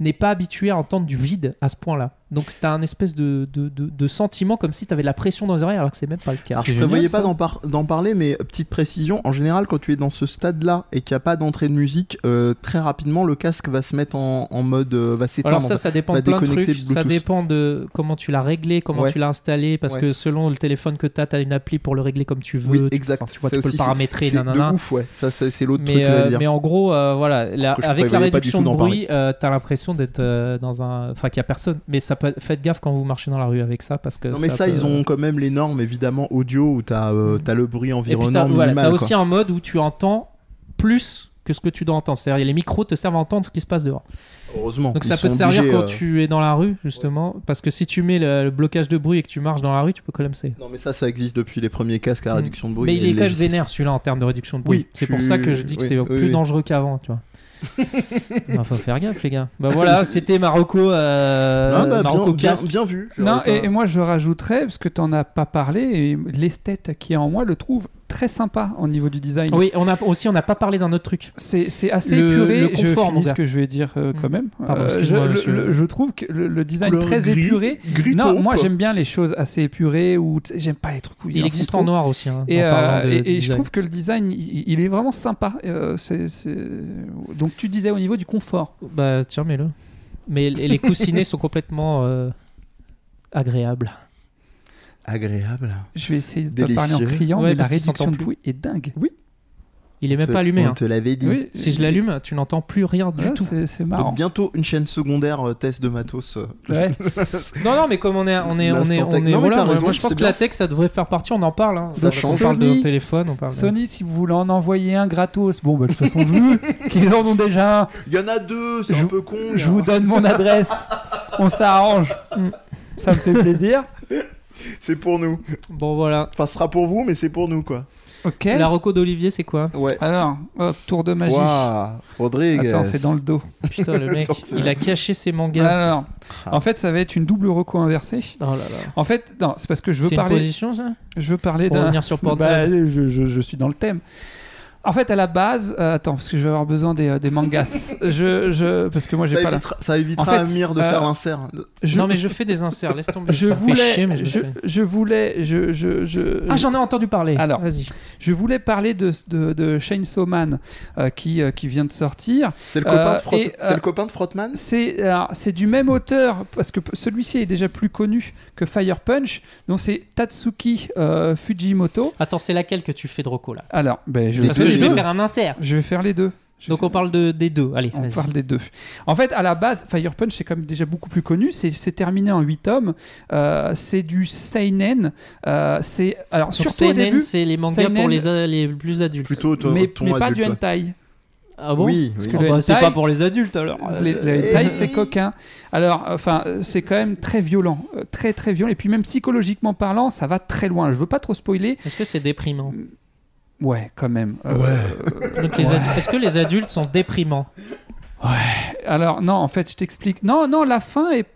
S2: n'est pas habitué à entendre du vide à ce point-là. Donc tu as un espèce de, de, de- de sentiment comme si tu avais de la pression dans les oreilles alors que c'est même pas le cas.
S3: Alors, je
S1: génial,
S3: prévoyais pas
S1: ça.
S3: d'en, par- d'en parler, mais euh, petite précision, en général, quand tu es dans ce stade-là et qu'il n'y a pas d'entrée de musique, euh, très rapidement, le casque va se mettre en, en mode... euh, va s'éteindre.
S2: Alors ça, ça dépend de
S3: va
S2: plein de
S3: déconnecter
S2: trucs.
S3: le
S2: Ça
S3: Bluetooth.
S2: dépend de comment tu l'as réglé, comment
S3: Ouais.
S2: tu l'as installé, parce
S3: Ouais.
S2: que selon le téléphone que tu as, tu as une appli pour le régler comme tu veux.
S3: oui,
S2: tu-
S3: exact.
S2: enfin, tu vois,
S3: Ça
S2: tu peux
S3: aussi,
S2: le
S3: c'est-
S2: paramétrer,
S3: c'est
S2: nanana.
S3: de ouf, ouais. Ça, c'est, c'est l'autre truc
S2: Mais,
S3: que j'allais
S2: euh,
S3: dire.
S2: mais en gros, euh, voilà, la-
S3: Que je
S2: avec la
S3: prévoyais pas du tout
S2: réduction de
S3: d'en
S2: bruit, euh, t'as l'impression d'être euh, dans un. Enfin, qu'il y a personne. Mais ça peut... faites gaffe quand vous marchez dans la rue avec ça, parce que.
S3: Non, mais ça,
S2: peut-
S3: ils ont quand même les normes, évidemment, audio, où t'as, euh, t'as le bruit
S2: Et puis
S3: environnant
S2: t'as voilà,
S3: minimal,
S2: t'as
S3: quoi.
S2: aussi un mode où tu entends plus que ce que tu dois entendre. C'est-à-dire, les micros te servent à entendre ce qui se passe dehors.
S3: Heureusement.
S2: Donc
S3: ils
S2: ça peut
S3: sont
S2: te servir
S3: obligés,
S2: quand
S3: euh,
S2: tu es dans la rue, justement, parce que si tu mets le, le blocage de bruit et que tu marches dans la rue, tu peux collemser.
S3: Non, mais ça, ça existe depuis les premiers casques à
S2: Mm.
S3: réduction de bruit.
S2: mais il est
S3: et
S2: quand même
S3: législatif.
S2: vénère celui-là en termes de réduction de bruit.
S3: Oui,
S2: c'est
S3: tu-
S2: pour ça que je dis que
S3: oui,
S2: c'est
S3: oui,
S2: plus
S3: oui.
S2: dangereux qu'avant, tu vois. Bah, faut faire gaffe, les gars. Bah voilà, c'était Marocco. euh,
S3: Ah, bah,
S2: Marocco
S3: bien, bien,
S2: casque.
S3: bien vu. j'aurais
S1: Non,
S3: pas-
S1: et, et moi je rajouterais, parce que tu n'en as pas parlé, et l'esthète qui est en moi le trouve très sympa au niveau du design.
S2: Oui, on a aussi on n'a pas parlé d'un autre truc.
S1: C'est c'est assez
S2: Le-
S1: épuré,
S2: le
S1: je
S2: confort, mon
S1: finis ce
S2: gars.
S1: que je vais dire euh, quand
S2: Mm.
S1: même.
S2: Pardon,
S1: Euh, je,
S2: excuse-moi,
S1: le-
S2: monsieur.
S1: le- je trouve que le, le design
S3: Couleur
S1: très
S3: gris,
S1: épuré...
S3: gris
S1: Non,
S3: taupe.
S1: moi j'aime bien les choses assez épurées, ou tu sais, j'aime pas les trucs où il y
S2: Il
S1: a un
S2: existe
S1: fond
S2: en
S1: trop.
S2: noir aussi. hein,
S1: Et,
S2: en
S1: euh,
S2: parlant de
S1: et- et je
S2: design.
S1: trouve que le design, il, il est vraiment sympa. Euh, c'est- c'est- Donc tu disais au niveau du confort.
S2: Bah tiens, mets-le. Mais les les coussinets sont complètement euh, agréables.
S3: Agréable.
S1: Je vais essayer de pas
S3: Délicieux.
S1: parler en criant,
S2: Ouais,
S1: mais la
S2: parce qu'il s'entend
S1: réduction de
S2: plus.
S1: bruit est dingue.
S2: Il est même
S3: Te-
S2: pas allumé.
S3: On
S2: hein.
S3: te l'avait dit.
S1: Oui,
S2: Si je l'allume, tu n'entends plus rien du
S3: Ah,
S1: ouais,
S2: tout.
S1: c'est- C'est
S3: Donc,
S1: marrant.
S3: bientôt une chaîne secondaire euh, test de matos. euh,
S1: Ouais.
S2: Non, non, mais comme on est, on est, on est,
S3: L'instant
S2: on
S3: tech.
S2: est-
S3: Non, mais
S2: voilà,
S3: t'as
S2: moi,
S3: raison,
S2: je pense
S3: c'est
S2: que
S3: bien.
S2: la tech, ça devrait faire partie. On en parle. hein.
S3: Ça
S2: on
S3: change.
S2: parle de
S1: Sony-
S2: nos téléphones, on parle. de-
S1: Sony, si vous voulez en envoyer un gratos, bon, bah, de toute façon, vu qu'ils en ont déjà un,
S3: Il y en a deux, c'est
S1: Je-
S3: un peu con. il y
S1: je
S3: a-
S1: vous donne mon adresse, on s'arrange. Mm. Ça me fait plaisir.
S3: C'est pour nous.
S2: Bon, voilà.
S3: Enfin, ce sera pour vous, mais c'est pour nous, quoi.
S1: Ok.
S2: La reco d'Olivier, c'est quoi
S3: Ouais.
S1: Alors, hop, tour de magie.
S3: Waouh, Rodrigue.
S1: Attends, c'est dans le dos.
S2: Putain, le mec,
S3: Attends, c'est-
S2: il a caché ses mangas.
S1: Alors,
S3: Ah.
S1: en fait, ça va être une double reco inversée.
S2: Oh là là.
S1: En fait, non, c'est parce que je veux
S2: C'est une
S1: parler.
S2: position, ça
S1: Je veux parler
S2: Pour
S1: d'un.
S2: revenir sur Pornhub.
S1: Bah, je, je- je suis dans le thème. En fait, à la base, euh, attends, parce que je vais avoir besoin des, euh, des mangas. je, je, parce que moi, j'ai
S3: Ça
S1: pas la.
S3: évitera, ça évitera
S1: En fait,
S3: à Mire de
S1: euh,
S3: faire l'insert.
S1: Je-
S2: Non, mais je fais des inserts. Laisse tomber.
S1: je
S2: ça me fait
S1: voulais,
S2: chier, mais je, le
S1: je, euh,
S2: fais.
S1: je voulais, je, je, je,
S2: Ah, j'en ai entendu parler.
S1: Alors.
S2: vas-y.
S1: je voulais parler de, de, de Chainsaw Man euh, qui, euh, qui vient de sortir.
S3: C'est le, copain
S1: euh,
S3: de Frott-
S1: et,
S3: c'est
S1: euh,
S3: le copain de Frottman
S1: C'est alors, c'est du même auteur parce que p- celui-ci est déjà plus connu que Fire Punch. Donc c'est Tatsuki euh, Fujimoto.
S2: Attends, c'est laquelle que tu fais de reco là
S1: Alors, ben, je, vais
S3: Les
S2: Parce que
S1: faire
S3: deux,
S2: je
S1: les
S2: vais
S1: deux.
S2: faire un insert.
S1: je vais faire les deux. Je
S2: Donc
S1: vais-
S2: on parle de, des deux. Allez,
S1: On
S2: vas-y.
S1: parle des deux. En fait, à la base, Fire Punch, c'est quand même déjà beaucoup plus connu. C'est c'est terminé en 8 tomes. Euh, c'est du Seinen. Euh, c'est- alors,
S2: Sur
S1: surtout au
S2: CNN,
S1: début,
S2: c'est les mangas pour
S1: CNN.
S2: les, a- les plus adultes.
S3: Plutôt ton,
S1: mais,
S3: ton
S1: mais pas
S3: adulte.
S1: du
S3: ouais.
S1: hentai.
S2: Ah bon
S3: oui,
S1: Parce
S3: oui.
S1: que
S2: Ah
S1: le
S2: bah, C'est
S1: hentai-
S2: pas pour les adultes alors.
S1: Les, le
S3: euh,
S1: hentai,
S3: euh,
S1: c'est coquin. Alors, enfin, euh, c'est quand même très violent. Euh, Très, très violent. Et puis, même psychologiquement parlant, ça va très loin. Je veux pas trop spoiler.
S2: Est-ce que c'est déprimant
S1: Ouais, quand même. Euh,
S2: Donc, les adu- Est-ce que les adultes sont déprimants
S1: Alors, non, en fait, je t'explique. Non, non, la fin est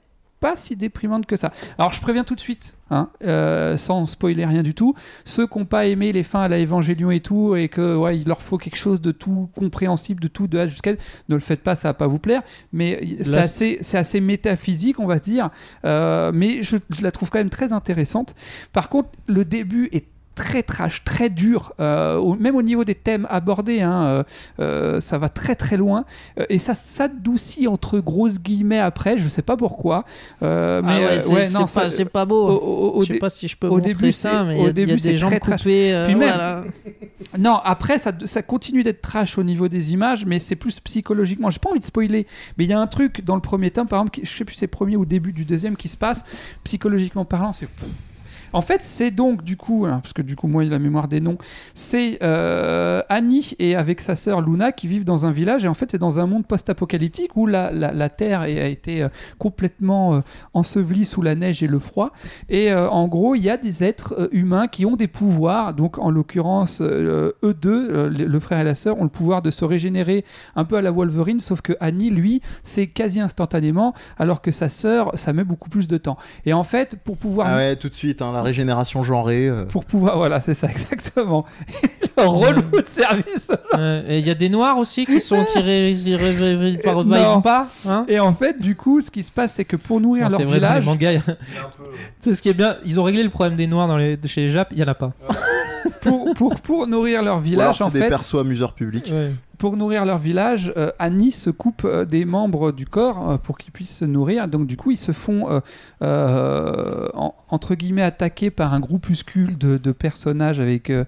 S1: pas si déprimante que ça. Alors, je préviens tout de suite, hein, euh, sans spoiler rien du tout. Ceux qui n'ont pas aimé les fins à la Évangélion et tout, et que ouais, il leur faut quelque chose de tout compréhensible, de tout, de A jusqu'à Z, ne le faites pas, ça va pas vous plaire. Mais y- c'est
S2: Lost.
S1: assez, c'est assez métaphysique, on va dire. Euh, mais je, je la trouve quand même très intéressante. Par contre, le début est très trash, très dur, euh, au- même au niveau des thèmes abordés, hein, euh, euh, ça va très très loin. Euh, et ça s'adoucit entre grosses guillemets après, je sais pas pourquoi. Euh, mais
S2: mais
S1: euh,
S2: Ah c'est c'est
S1: non, ça-
S2: pas, c'est pas
S1: au-
S2: beau.
S1: au- au
S2: je sais
S1: dé-
S2: pas si je peux
S1: au
S2: montrer
S1: début,
S2: ça,
S1: c'est-
S2: mais
S1: au
S2: il y a- il y,
S1: début,
S2: a
S1: c'est
S2: des gens
S1: très trash.
S2: coupés. euh,
S1: Puis même-
S2: voilà.
S1: Non, après, ça, ça continue d'être trash au niveau des images, mais c'est plus psychologiquement. J'ai pas envie de spoiler, mais il y a un truc dans le premier tome, par exemple, qui- je sais plus, c'est premier ou début du deuxième qui se passe, psychologiquement parlant, c'est. En fait, c'est donc du coup, hein, parce que du coup, moi, il a la mémoire des noms, c'est euh, Annie et avec sa sœur Luna qui vivent dans un village, et en fait, c'est dans un monde post-apocalyptique où la, la- la Terre est- a été euh, complètement euh, ensevelie sous la neige et le froid. Et euh, en gros, il y a des êtres euh, humains qui ont des pouvoirs. Donc, en l'occurrence, euh, eux deux, euh, le le frère et la sœur, ont le pouvoir de se régénérer un peu à la Wolverine, sauf que Annie, lui, c'est quasi instantanément, alors que sa sœur, ça met beaucoup plus de temps. Et en fait, pour pouvoir.
S3: Ah ouais, tout de suite, hein, la régénération genrée. euh.
S1: Pour pouvoir. Voilà, c'est ça, exactement. le
S2: Hmm.
S1: relou de service.
S2: Euh, et il y a des noirs aussi qui sont qui ré- ré- ré- ré- ré- par-
S1: Non.
S2: pas. hein
S1: Et en fait, du coup, ce qui se passe, c'est que pour nourrir
S2: Non,
S1: leur
S2: c'est vrai, dans les
S1: village.
S2: mangas, il y a-
S3: euh,
S2: Tu sais, ce qui est bien, ils ont réglé le problème des noirs dans les... de chez les Japs, il y en a pas.
S1: Pour, pour, pour nourrir leur
S3: Ou alors
S1: village,
S3: c'est
S1: en
S3: des
S1: fait.
S3: persos amuseurs publics.
S2: Ouais.
S1: pour nourrir leur village, euh, Annie se coupe euh, des membres du corps euh, pour qu'ils puissent se nourrir. Donc du coup, ils se font euh, euh, en- entre guillemets attaquer par un groupuscule de, de personnages avec euh,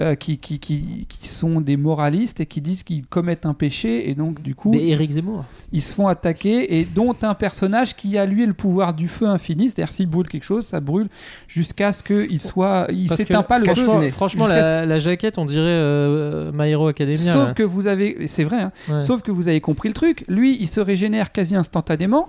S1: euh, qui, qui, qui, qui sont des moralistes et qui disent qu'ils commettent un péché et donc du coup
S2: Des Eric Zemmour.
S1: ils se font attaquer et dont un personnage qui a lui le pouvoir du feu infini, c'est-à-dire s'il brûle quelque chose, ça brûle jusqu'à ce qu'il soit, il
S2: Parce
S1: s'éteint
S2: que
S1: pas le feu.
S2: Franchement,
S3: Cassiné.
S2: franchement,
S1: Jusqu'à
S2: la, la jaquette, on dirait euh, My Hero Academia.
S1: Sauf
S2: là.
S1: que vous avez, et c'est vrai. hein,
S2: Ouais.
S1: Sauf que vous avez compris le truc. Lui, il se régénère quasi instantanément.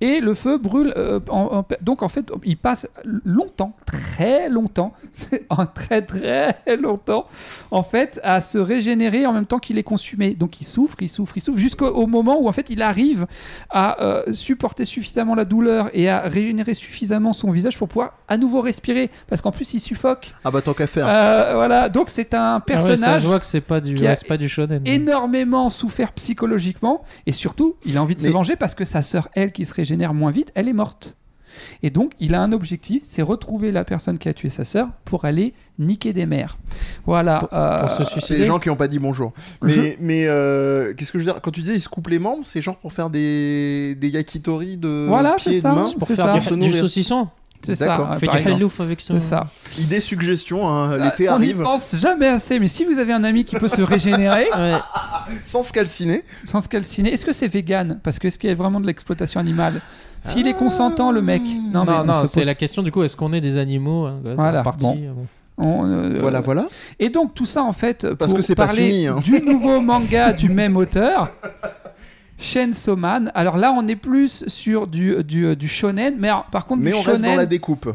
S1: Et le feu brûle. euh, en- en- donc en fait, il passe longtemps, très longtemps, en très très longtemps, en fait, à se régénérer en même temps qu'il est consumé. Donc il souffre, il souffre, il souffre, jusqu'au au moment où en fait il arrive à euh, supporter suffisamment la douleur et à régénérer suffisamment son visage pour pouvoir à nouveau respirer. Parce qu'en plus, il suffoque.
S3: Ah bah tant qu'à faire.
S1: Euh, voilà. Donc c'est un
S2: Ah ouais, ça
S1: personnage
S2: se voit que c'est pas du,
S1: qui a
S2: ouais, c'est pas du shonen.
S1: énormément souffert psychologiquement et surtout il a envie de se
S3: Mais-
S1: venger parce que sa sœur elle qui se régénère moins vite elle est morte et donc il a un objectif c'est retrouver la personne qui a tué sa sœur pour aller niquer des mères voilà euh,
S2: Pour se
S3: C'est les
S2: suicider.
S3: gens qui n'ont pas dit bonjour. Mais,
S1: Mhm.
S3: mais euh, qu'est-ce que je veux dire Quand tu disais ils se coupent les membres, c'est genre pour faire des, des yakitori de
S1: Voilà, c'est
S3: pieds et de
S1: ça.
S3: mains.
S2: Pour
S1: c'est
S2: faire
S1: ça.
S2: du-
S3: Pour se
S2: du,
S3: nourrir.
S2: saucisson.
S1: c'est
S3: D'accord.
S1: ça hein,
S2: Fait
S1: par
S2: du Ah,
S1: exemple.
S2: hallouf avec son.
S1: c'est ça
S3: Idée suggestion, hein,
S2: Bah,
S3: l'été
S1: Euh, on n'y
S3: arrive
S1: pense jamais assez mais si vous avez un ami qui peut se régénérer
S2: Ouais.
S3: sans se calciner.
S1: sans se calciner est-ce que c'est vegan parce que est-ce qu'il y a vraiment de l'exploitation animale s'il est consentant le mec non mais
S2: Ah.
S1: on
S2: Non, non,
S1: se
S2: c'est
S1: pose-
S2: la question du coup, est-ce qu'on est des animaux hein, bah, c'est
S1: Voilà,
S2: reparti,
S1: bon.
S2: euh, bon.
S1: on, euh,
S3: Voilà, voilà.
S1: Et donc tout ça en fait euh,
S3: Parce
S1: pour
S3: que c'est pas
S1: parler
S3: fini, hein.
S1: du nouveau manga du même auteur. Chainsaw Man. Alors là, on est plus sur du, du, du shonen, mais alors, par contre,
S3: Mais
S1: du
S3: on reste
S1: shonen,
S3: dans la découpe.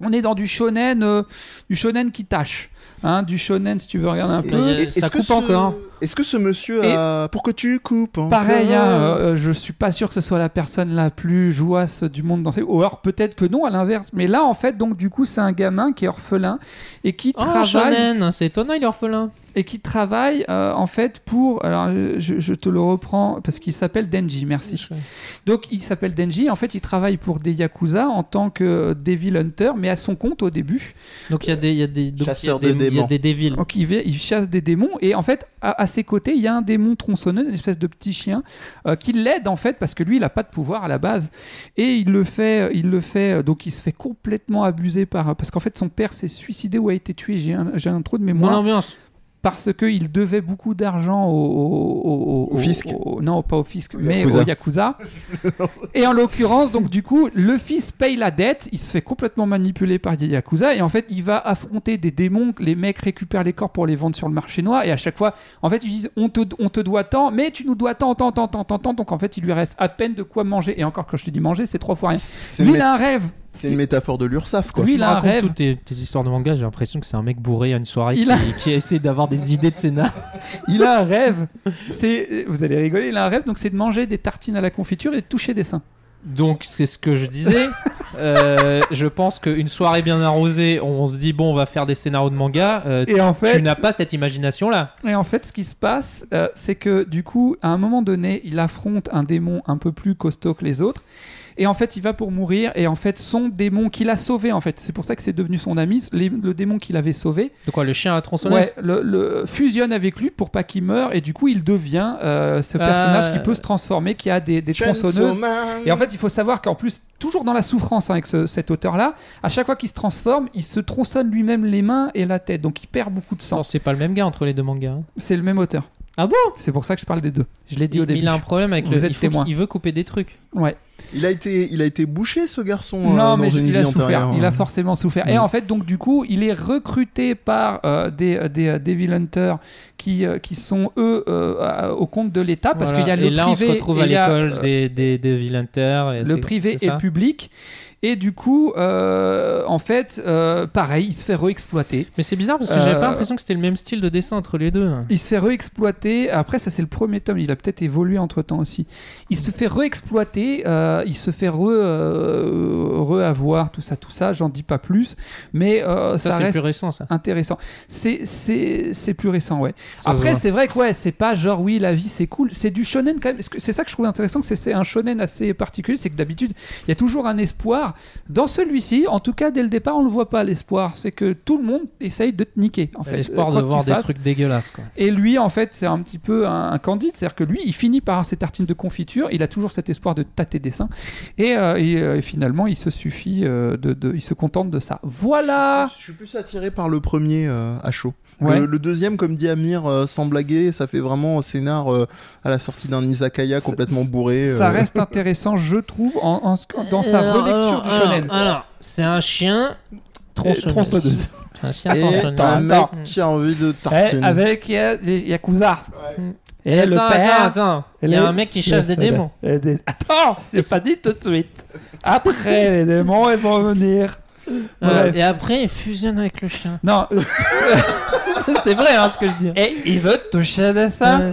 S1: on est dans du shonen, euh, du shonen qui tâche, hein, du shonen si tu veux regarder un
S3: Et-
S1: peu.
S2: Mais, euh,
S3: et-
S2: ça
S3: est-ce que
S2: coupe
S3: ce-
S2: encore.
S3: Est-ce que ce monsieur
S1: Et-
S3: a... Pour que tu coupes encore.
S1: Pareil, hein, euh, je suis pas sûr que ce soit la personne la plus joyeuse du monde dans ces. Ou alors peut-être que non, à l'inverse. Mais là, en fait, donc du coup, c'est un gamin qui est orphelin et qui
S2: Oh,
S1: travaille
S2: shonen, c'est étonnant, il est orphelin.
S1: et qui travaille euh, en fait pour. Alors euh, je, je te le reprends parce qu'il s'appelle Denji, merci. Donc il s'appelle Denji, en fait il travaille pour des Yakuza en tant que euh, Devil Hunter, mais à son compte au début.
S2: Donc il y a des, il y a des, donc, il y a
S3: Chasseur
S2: des-
S3: de
S2: il y a
S3: démons.
S2: des dévils.
S1: Donc il, va- il chasse des démons et en fait à, à ses côtés il y a un démon tronçonneuse, une espèce de petit chien euh, qui l'aide en fait parce que lui il a pas de pouvoir à la base et il le fait, euh, il le fait donc il se fait complètement abuser par parce qu'en fait son père s'est suicidé ou a été tué. J'ai un, j'ai un trou de mémoire.
S2: Bonne ambiance.
S1: parce qu'il devait beaucoup d'argent au, au- au-
S3: Au fisc
S1: non, pas au fisc,
S3: Au
S1: mais
S3: Yakuza.
S1: au Yakuza. et en l'occurrence, donc du coup, le fils paye la dette, il se fait complètement manipuler par des Yakuza, et en fait, il va affronter des démons, les mecs récupèrent les corps pour les vendre sur le marché noir, et à chaque fois, en fait, ils disent on te, on te doit tant, mais tu nous dois tant, tant, tant, tant, tant, tant, donc en fait, il lui reste à peine de quoi manger, et encore, quand je te dis manger, c'est trois fois rien.
S3: C'est une,
S1: Lui, il
S3: mé-
S1: a un rêve,
S3: c'est une métaphore de l'URSAF, quoi.
S1: Lui,
S2: Tu
S1: il
S2: me
S1: a un
S2: racontes
S1: rêve.
S2: toutes tes, tes histoires de manga, j'ai l'impression que c'est un mec bourré à une soirée
S1: Il
S2: qui,
S1: a-
S2: qui a essayé d'avoir des idées de scénar.
S1: il a un rêve, c'est, euh, vous allez rigoler, il a un rêve, donc c'est de manger des tartines à la confiture et de toucher des seins.
S2: Donc c'est ce que je disais. Euh, je pense qu'une soirée bien arrosée, on se dit bon, on va faire des scénarios de manga. Euh,
S1: Et en fait,
S2: tu n'as pas cette imagination là.
S1: et en fait, ce qui se passe, euh, c'est que du coup, à un moment donné, il affronte un démon un peu plus costaud que les autres. Et en fait, il va pour mourir. Et en fait, son démon qui l'a sauvé, en fait, c'est pour ça que c'est devenu son ami. les- le démon qui l'avait sauvé,
S2: De quoi Le chien à tronçonneuse
S1: ouais, le, le- fusionne avec lui pour pas qu'il meure. Et du coup, il devient euh, ce
S2: Ah.
S1: personnage qui peut se transformer, qui a des, des tronçonneuses.
S3: Man.
S1: Et en fait, il faut savoir qu'en plus, toujours dans la souffrance hein, avec ce- cet auteur-là, à chaque fois qu'il se transforme, il se tronçonne lui-même les mains et la tête. Donc il perd beaucoup de sang.
S2: Attends, c'est pas le même gars entre les deux mangas. hein.
S1: C'est le même auteur.
S2: Ah bon
S1: C'est pour ça que je parle des deux. Je l'ai dit
S2: Il,
S1: au début.
S2: il a un problème avec
S1: Vous
S2: le.
S1: êtes
S2: il, faut qu'il-
S1: témoin.
S2: il veut couper des trucs.
S1: Ouais.
S3: Il a été, il a été bouché ce garçon. euh,
S1: Non,
S3: dans
S1: mais
S3: une
S1: il
S3: vie
S1: a souffert.
S3: antérieure.
S1: Il a forcément souffert. Et
S3: Mm.
S1: en fait, donc du coup, il est recruté par euh, des, euh, des euh, Devil Hunters qui, euh, qui sont eux euh, euh, au compte de l'État parce
S2: Voilà.
S1: qu'il y a
S2: et
S1: le
S2: là,
S1: privé
S2: on se retrouve
S1: et
S2: à
S1: il y a,
S2: l'école
S1: euh,
S2: des, des, des vilainteurs.
S1: le privé et le public. Et du coup, euh, en fait, euh, pareil, il se fait re-exploiter.
S2: Mais c'est bizarre parce que j'avais
S1: Euh,
S2: pas l'impression que c'était le même style de dessin entre les deux. hein.
S1: Il se fait re-exploiter. Après, ça, c'est le premier tome. Il a peut-être évolué entre temps aussi. Il se fait re-exploiter. euh, il se fait re, euh, re-avoir, tout ça, tout ça. J'en dis pas plus. Mais euh, ça,
S2: Ça, c'est
S1: reste
S2: plus récent, ça.
S1: intéressant. C'est- C'est c'est plus récent, ouais.
S2: Ça se
S1: Après,
S2: voit.
S1: c'est vrai que ouais, c'est pas genre oui, la vie c'est cool. C'est du shonen quand même. Parce que C'est ça que je trouve intéressant, que c'est- c'est un shonen assez particulier. C'est que d'habitude, il y a toujours un espoir. Dans celui-ci, en tout cas, dès le départ, on le voit pas l'espoir. C'est que tout le monde essaye de te niquer, en fait.
S2: Bah, l'espoir
S1: euh, quoi
S2: de
S1: que
S2: voir
S1: tu
S2: des
S1: fasses.
S2: trucs dégueulasses. Quoi.
S1: Et lui, en fait, c'est un petit peu un, un candide, c'est-à-dire que lui, il finit par ses tartines de confiture, il a toujours cet espoir de tâter des seins, et, euh, et, euh, et finalement, il se suffit, euh, de, de- il se contente de ça. Voilà
S3: Je suis plus attiré par le premier euh, à chaud.
S1: Ah. Ouais.
S3: Le, le deuxième, comme dit Amir, euh, sans blaguer, ça fait vraiment scénar euh, à la sortie d'un izakaya
S1: Ça-
S3: complètement bourré. euh.
S1: Ça reste intéressant, je trouve, en, en ce- dans sa relecture du shonen.
S2: Euh, Alors, c'est un chien tronçonneuse.
S1: Tronçonneuse.
S2: Un chien
S3: Et t'as un
S2: tronçonneuse.
S3: mec
S1: Attends.
S3: qui a envie de
S1: Mm. Eh,
S3: tartiner.
S1: avec Ya- Yakuza. Et
S2: attends,
S1: le père.
S2: attends, attends. Il y a un mec qui chasse des démons.
S1: Et des- Attends, j'ai
S2: Et c'est-
S1: pas dit tout de suite. Après, les démons, ils vont venir.
S2: Voilà.
S1: Bref.
S2: Euh, Et après, il fusionne avec le chien.
S1: Non,
S2: C'était vrai, hein, ce que je dis.
S1: et ils veulent toucher des seins.
S2: Euh,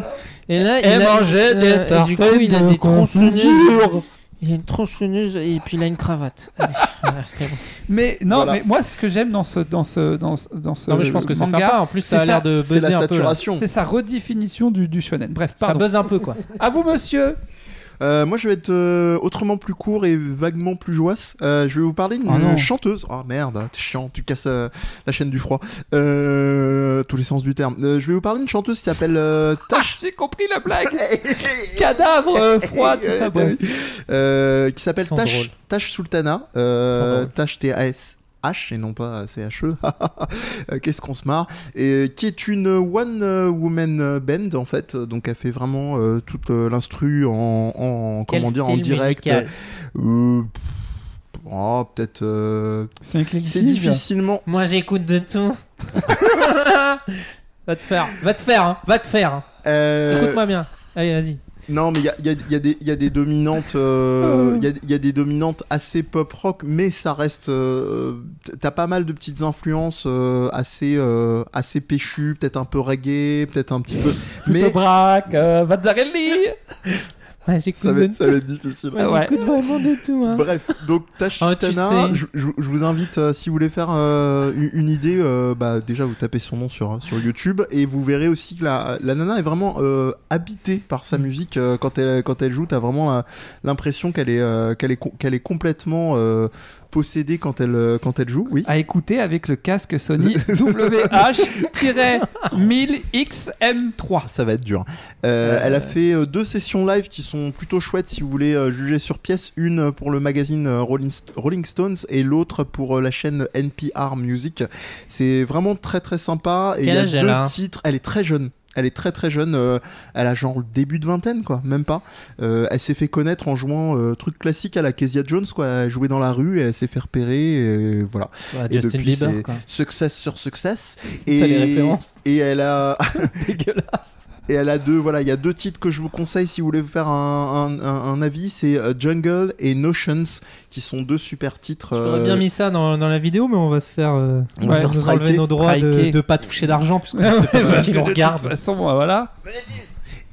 S2: Et là,
S1: et
S2: il a-
S1: manger
S2: euh,
S1: des
S2: et
S1: tartines
S2: Du coup, il a
S1: de
S2: des
S1: confiture.
S2: tronçonneuses. Il a une tronçonneuse et puis il a une cravate. Allez, voilà, c'est bon.
S1: Mais non,
S3: Voilà.
S1: mais moi, ce que j'aime dans ce dans ce dans ce, dans ce
S2: Non, mais je pense que c'est
S1: manga,
S2: sympa. En plus, ça a
S1: c'est
S2: l'air
S1: ça-
S2: de
S3: C'est
S2: buzzer
S3: la
S2: un peu. là.
S3: saturation.
S1: C'est sa redéfinition du, du shonen. Bref,
S2: Ça
S1: pardon.
S2: buzz un peu, quoi.
S1: À vous, monsieur.
S3: Euh, moi, je vais être euh, autrement plus court et vaguement plus joisse. Euh, je vais vous parler d'une
S1: Oh non.
S3: chanteuse. Oh merde, t'es chiant, tu casses euh, la chaîne du froid. Euh, tous les sens du terme. Euh, je vais vous parler d'une chanteuse qui s'appelle euh,
S1: Ah,
S3: Tash.
S1: J'ai compris la blague. Cadavre euh, froid, tout ça. bref.
S3: Euh, qui s'appelle
S2: Ils sont drôles.
S3: Tash, Tash Sultana.
S2: Ils sont
S3: Euh,
S2: drôles.
S3: Tash T-A-S. H et non pas CHE. Euh, Qu'est-ce qu'on se marre. Et qui est une one euh, woman euh, band en fait, donc elle fait vraiment euh, toute euh, l'instru en, en-
S2: Quel
S3: comment dire en
S2: style
S3: direct.
S2: musical.
S3: Euh, pff, oh, peut-être. euh,
S1: C'est un clic
S3: c'est difficilement.
S2: Moi, j'écoute de tout. va te faire, va te faire, hein, va te faire. hein.
S3: Euh,
S2: Écoute-moi bien. Allez, vas-y.
S3: Non, mais il y a, il y a- il y a des- il y a des dominantes, euh, il y, a, il y a des dominantes assez pop rock, mais ça reste. euh, T'as pas mal de petites influences euh, assez, euh, assez péchues, peut-être un peu reggae, peut-être un petit peu. Mais
S1: braque,
S2: euh,
S1: Vazzarelli.
S2: Ouais,
S3: ça
S2: j'écoute
S3: va,
S2: de
S3: être, ça va être Bah, difficile.
S2: Ouais, j'écoute vraiment de tout. hein.
S3: Bref, donc Tash
S2: Ah, tu
S3: Sultana,
S2: sais.
S3: je, je- je vous invite, euh, si vous voulez faire euh, une une idée, euh, bah, déjà vous tapez son nom sur, hein, sur YouTube et vous verrez aussi que la, la nana est vraiment euh, habitée par
S2: Mm.
S3: sa musique. euh, quand, elle, quand elle joue, t'as vraiment la- l'impression qu'elle est, euh, qu'elle est, com- qu'elle est complètement euh, possédée quand elle, euh, quand elle joue. Oui.
S1: À écouter avec le casque Sony WH-1000XM3.
S3: Ah, Ça va être dur. Euh,
S1: Euh,
S3: Elle a fait euh, deux sessions live qui sont plutôt chouettes si vous voulez euh, juger sur pièce. Une euh, pour le magazine euh, Rolling, St- Rolling Stones et l'autre pour euh, la chaîne NPR Music. C'est vraiment très très sympa. Et il y
S2: Quel
S3: a
S2: âge elle
S3: deux
S2: a
S3: titres. Elle est très jeune. Elle est très très jeune, euh, elle a genre le début de vingtaine quoi, même pas. Euh, elle s'est fait connaître en jouant euh, truc classique à la Kezia Jones quoi, elle jouait dans la rue, et elle s'est fait repérer, et voilà.
S2: Ouais,
S3: Et
S2: Justin
S3: depuis,
S2: Bieber,
S3: c'est
S2: quoi.
S3: Success sur success.
S2: les références.
S3: Et elle a,
S2: Dégueulasse.
S3: et elle a deux, voilà, il y a deux titres que je vous conseille si vous voulez vous faire un, un- un- un avis, c'est euh, Jungle et Notions, qui sont deux super titres.
S2: J'aurais
S3: euh,
S2: bien mis ça dans, dans la vidéo, mais on va se faire, euh,
S3: On va
S2: ouais,
S3: se faire
S2: nous enlever
S3: striker.
S2: nos droits de,
S1: Striker.
S2: de pas toucher d'argent, puisque c'est pas ceux qui
S1: De
S2: nous
S1: toute
S2: regardent.
S1: façon, voilà.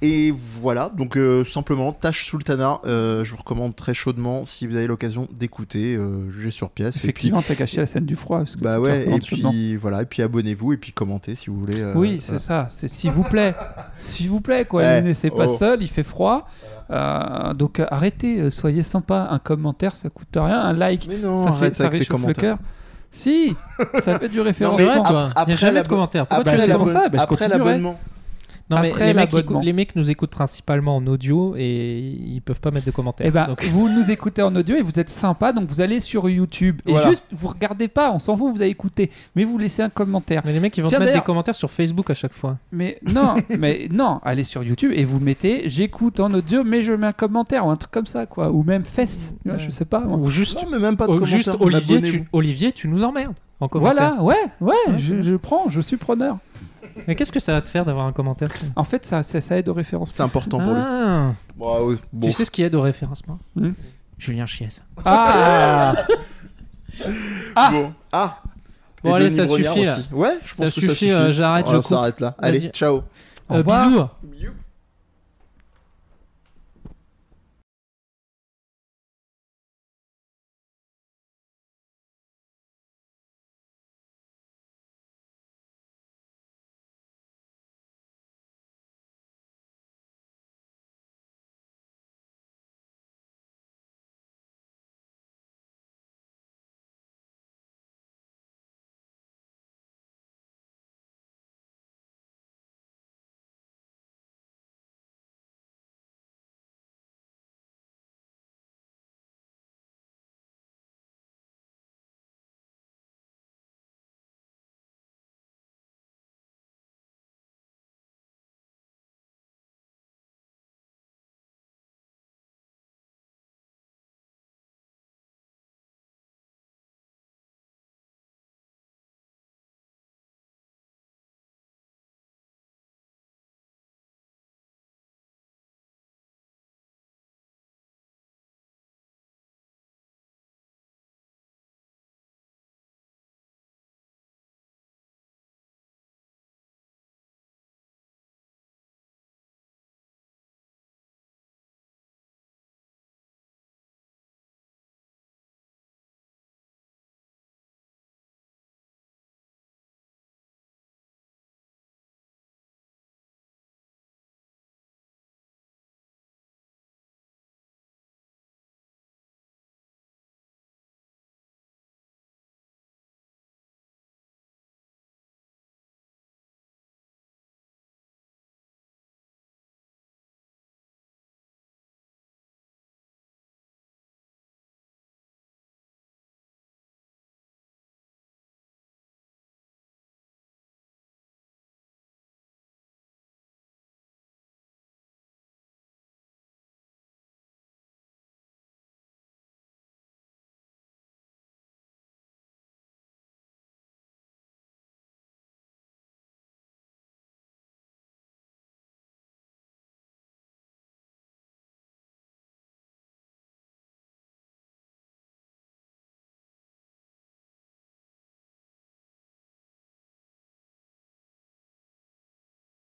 S3: Et voilà, donc euh, simplement, Tâche Sultana, euh, je vous recommande très chaudement si vous avez l'occasion d'écouter euh, Jugé sur pièce. Et puis,
S1: Effectivement, t'as caché la scène du froid. Parce que
S3: bah
S1: c'est
S3: ouais,
S1: clairement
S3: et
S1: chaudement.
S3: puis voilà, et puis abonnez-vous et puis commentez si vous voulez. euh,
S1: oui, c'est
S3: voilà.
S1: ça. C'est s'il vous plaît, s'il vous plaît, quoi.
S3: Ouais.
S1: Ne laissez pas
S3: Oh.
S1: seul. Il fait froid. Euh, donc euh, arrêtez, euh, soyez sympa. Un commentaire, ça coûte rien. Un like,
S3: Mais non,
S1: ça fait,
S3: arrête
S1: ça
S3: avec tes
S1: réchauffe le cœur.
S3: commentaires.
S1: Si, ça fait du
S2: C'est
S3: Non,
S1: référencement.
S2: vrai,
S3: ap-
S2: toi. Il n'y
S3: après
S2: a jamais de
S3: l'abo-
S2: commentaires. Pourquoi
S1: après
S2: tu fais
S1: l'abo-
S2: ça
S1: ça Bah, je
S3: après
S1: continuerai.
S3: l'abonnement.
S2: Non, mais
S1: Après
S2: les mecs,
S1: l'abonnement.
S2: écoutent- les mecs nous écoutent principalement en audio et ils peuvent pas mettre de commentaires.
S1: Eh ben,
S2: Donc,
S1: vous nous écoutez en audio et vous êtes sympa, donc vous allez sur YouTube et
S3: Voilà.
S1: juste vous regardez pas, on s'en fout, vous avez écouté, mais vous laissez un commentaire.
S2: Mais les mecs, ils vont
S1: Tiens,
S2: te mettre des
S1: d'ailleurs-
S2: commentaires sur Facebook à chaque fois.
S1: Mais non, mais non, allez sur YouTube et vous mettez j'écoute en audio, mais je mets un commentaire ou un truc comme ça quoi, ou même fesse, tu vois, je sais pas. moi.
S2: Ou juste,
S3: Non, mais même pas de
S2: ou
S1: Oh,
S3: commentaires.
S2: juste Olivier,
S3: abonnez-vous.
S2: tu, Olivier, tu nous emmerdes. En commentaire.
S1: Voilà, ouais, ouais, je, je prends, je suis preneur.
S2: Mais qu'est-ce que ça va te faire d'avoir un commentaire sur-
S1: En fait, ça, ça, ça aide au référencement.
S3: C'est important pour lui.
S2: Ah,
S3: Bon, ouais, bon.
S2: Tu sais ce qui aide au référencement
S1: Hmm.
S2: Julien Chies.
S1: Ah, Ah.
S3: Bon. Ah.
S2: Bon,
S3: Et
S2: allez,
S3: Denis
S2: ça
S3: Brognard
S2: suffit, là.
S3: aussi. Ouais, je pense
S2: Ça
S3: que ça
S2: suffit,
S3: suffit.
S2: euh, j'arrête,
S3: On
S2: je coupe.
S3: s'arrête là. Allez,
S2: Vas-y. Euh,
S3: ciao.
S1: Au revoir.
S2: bisous.
S3: Bisous.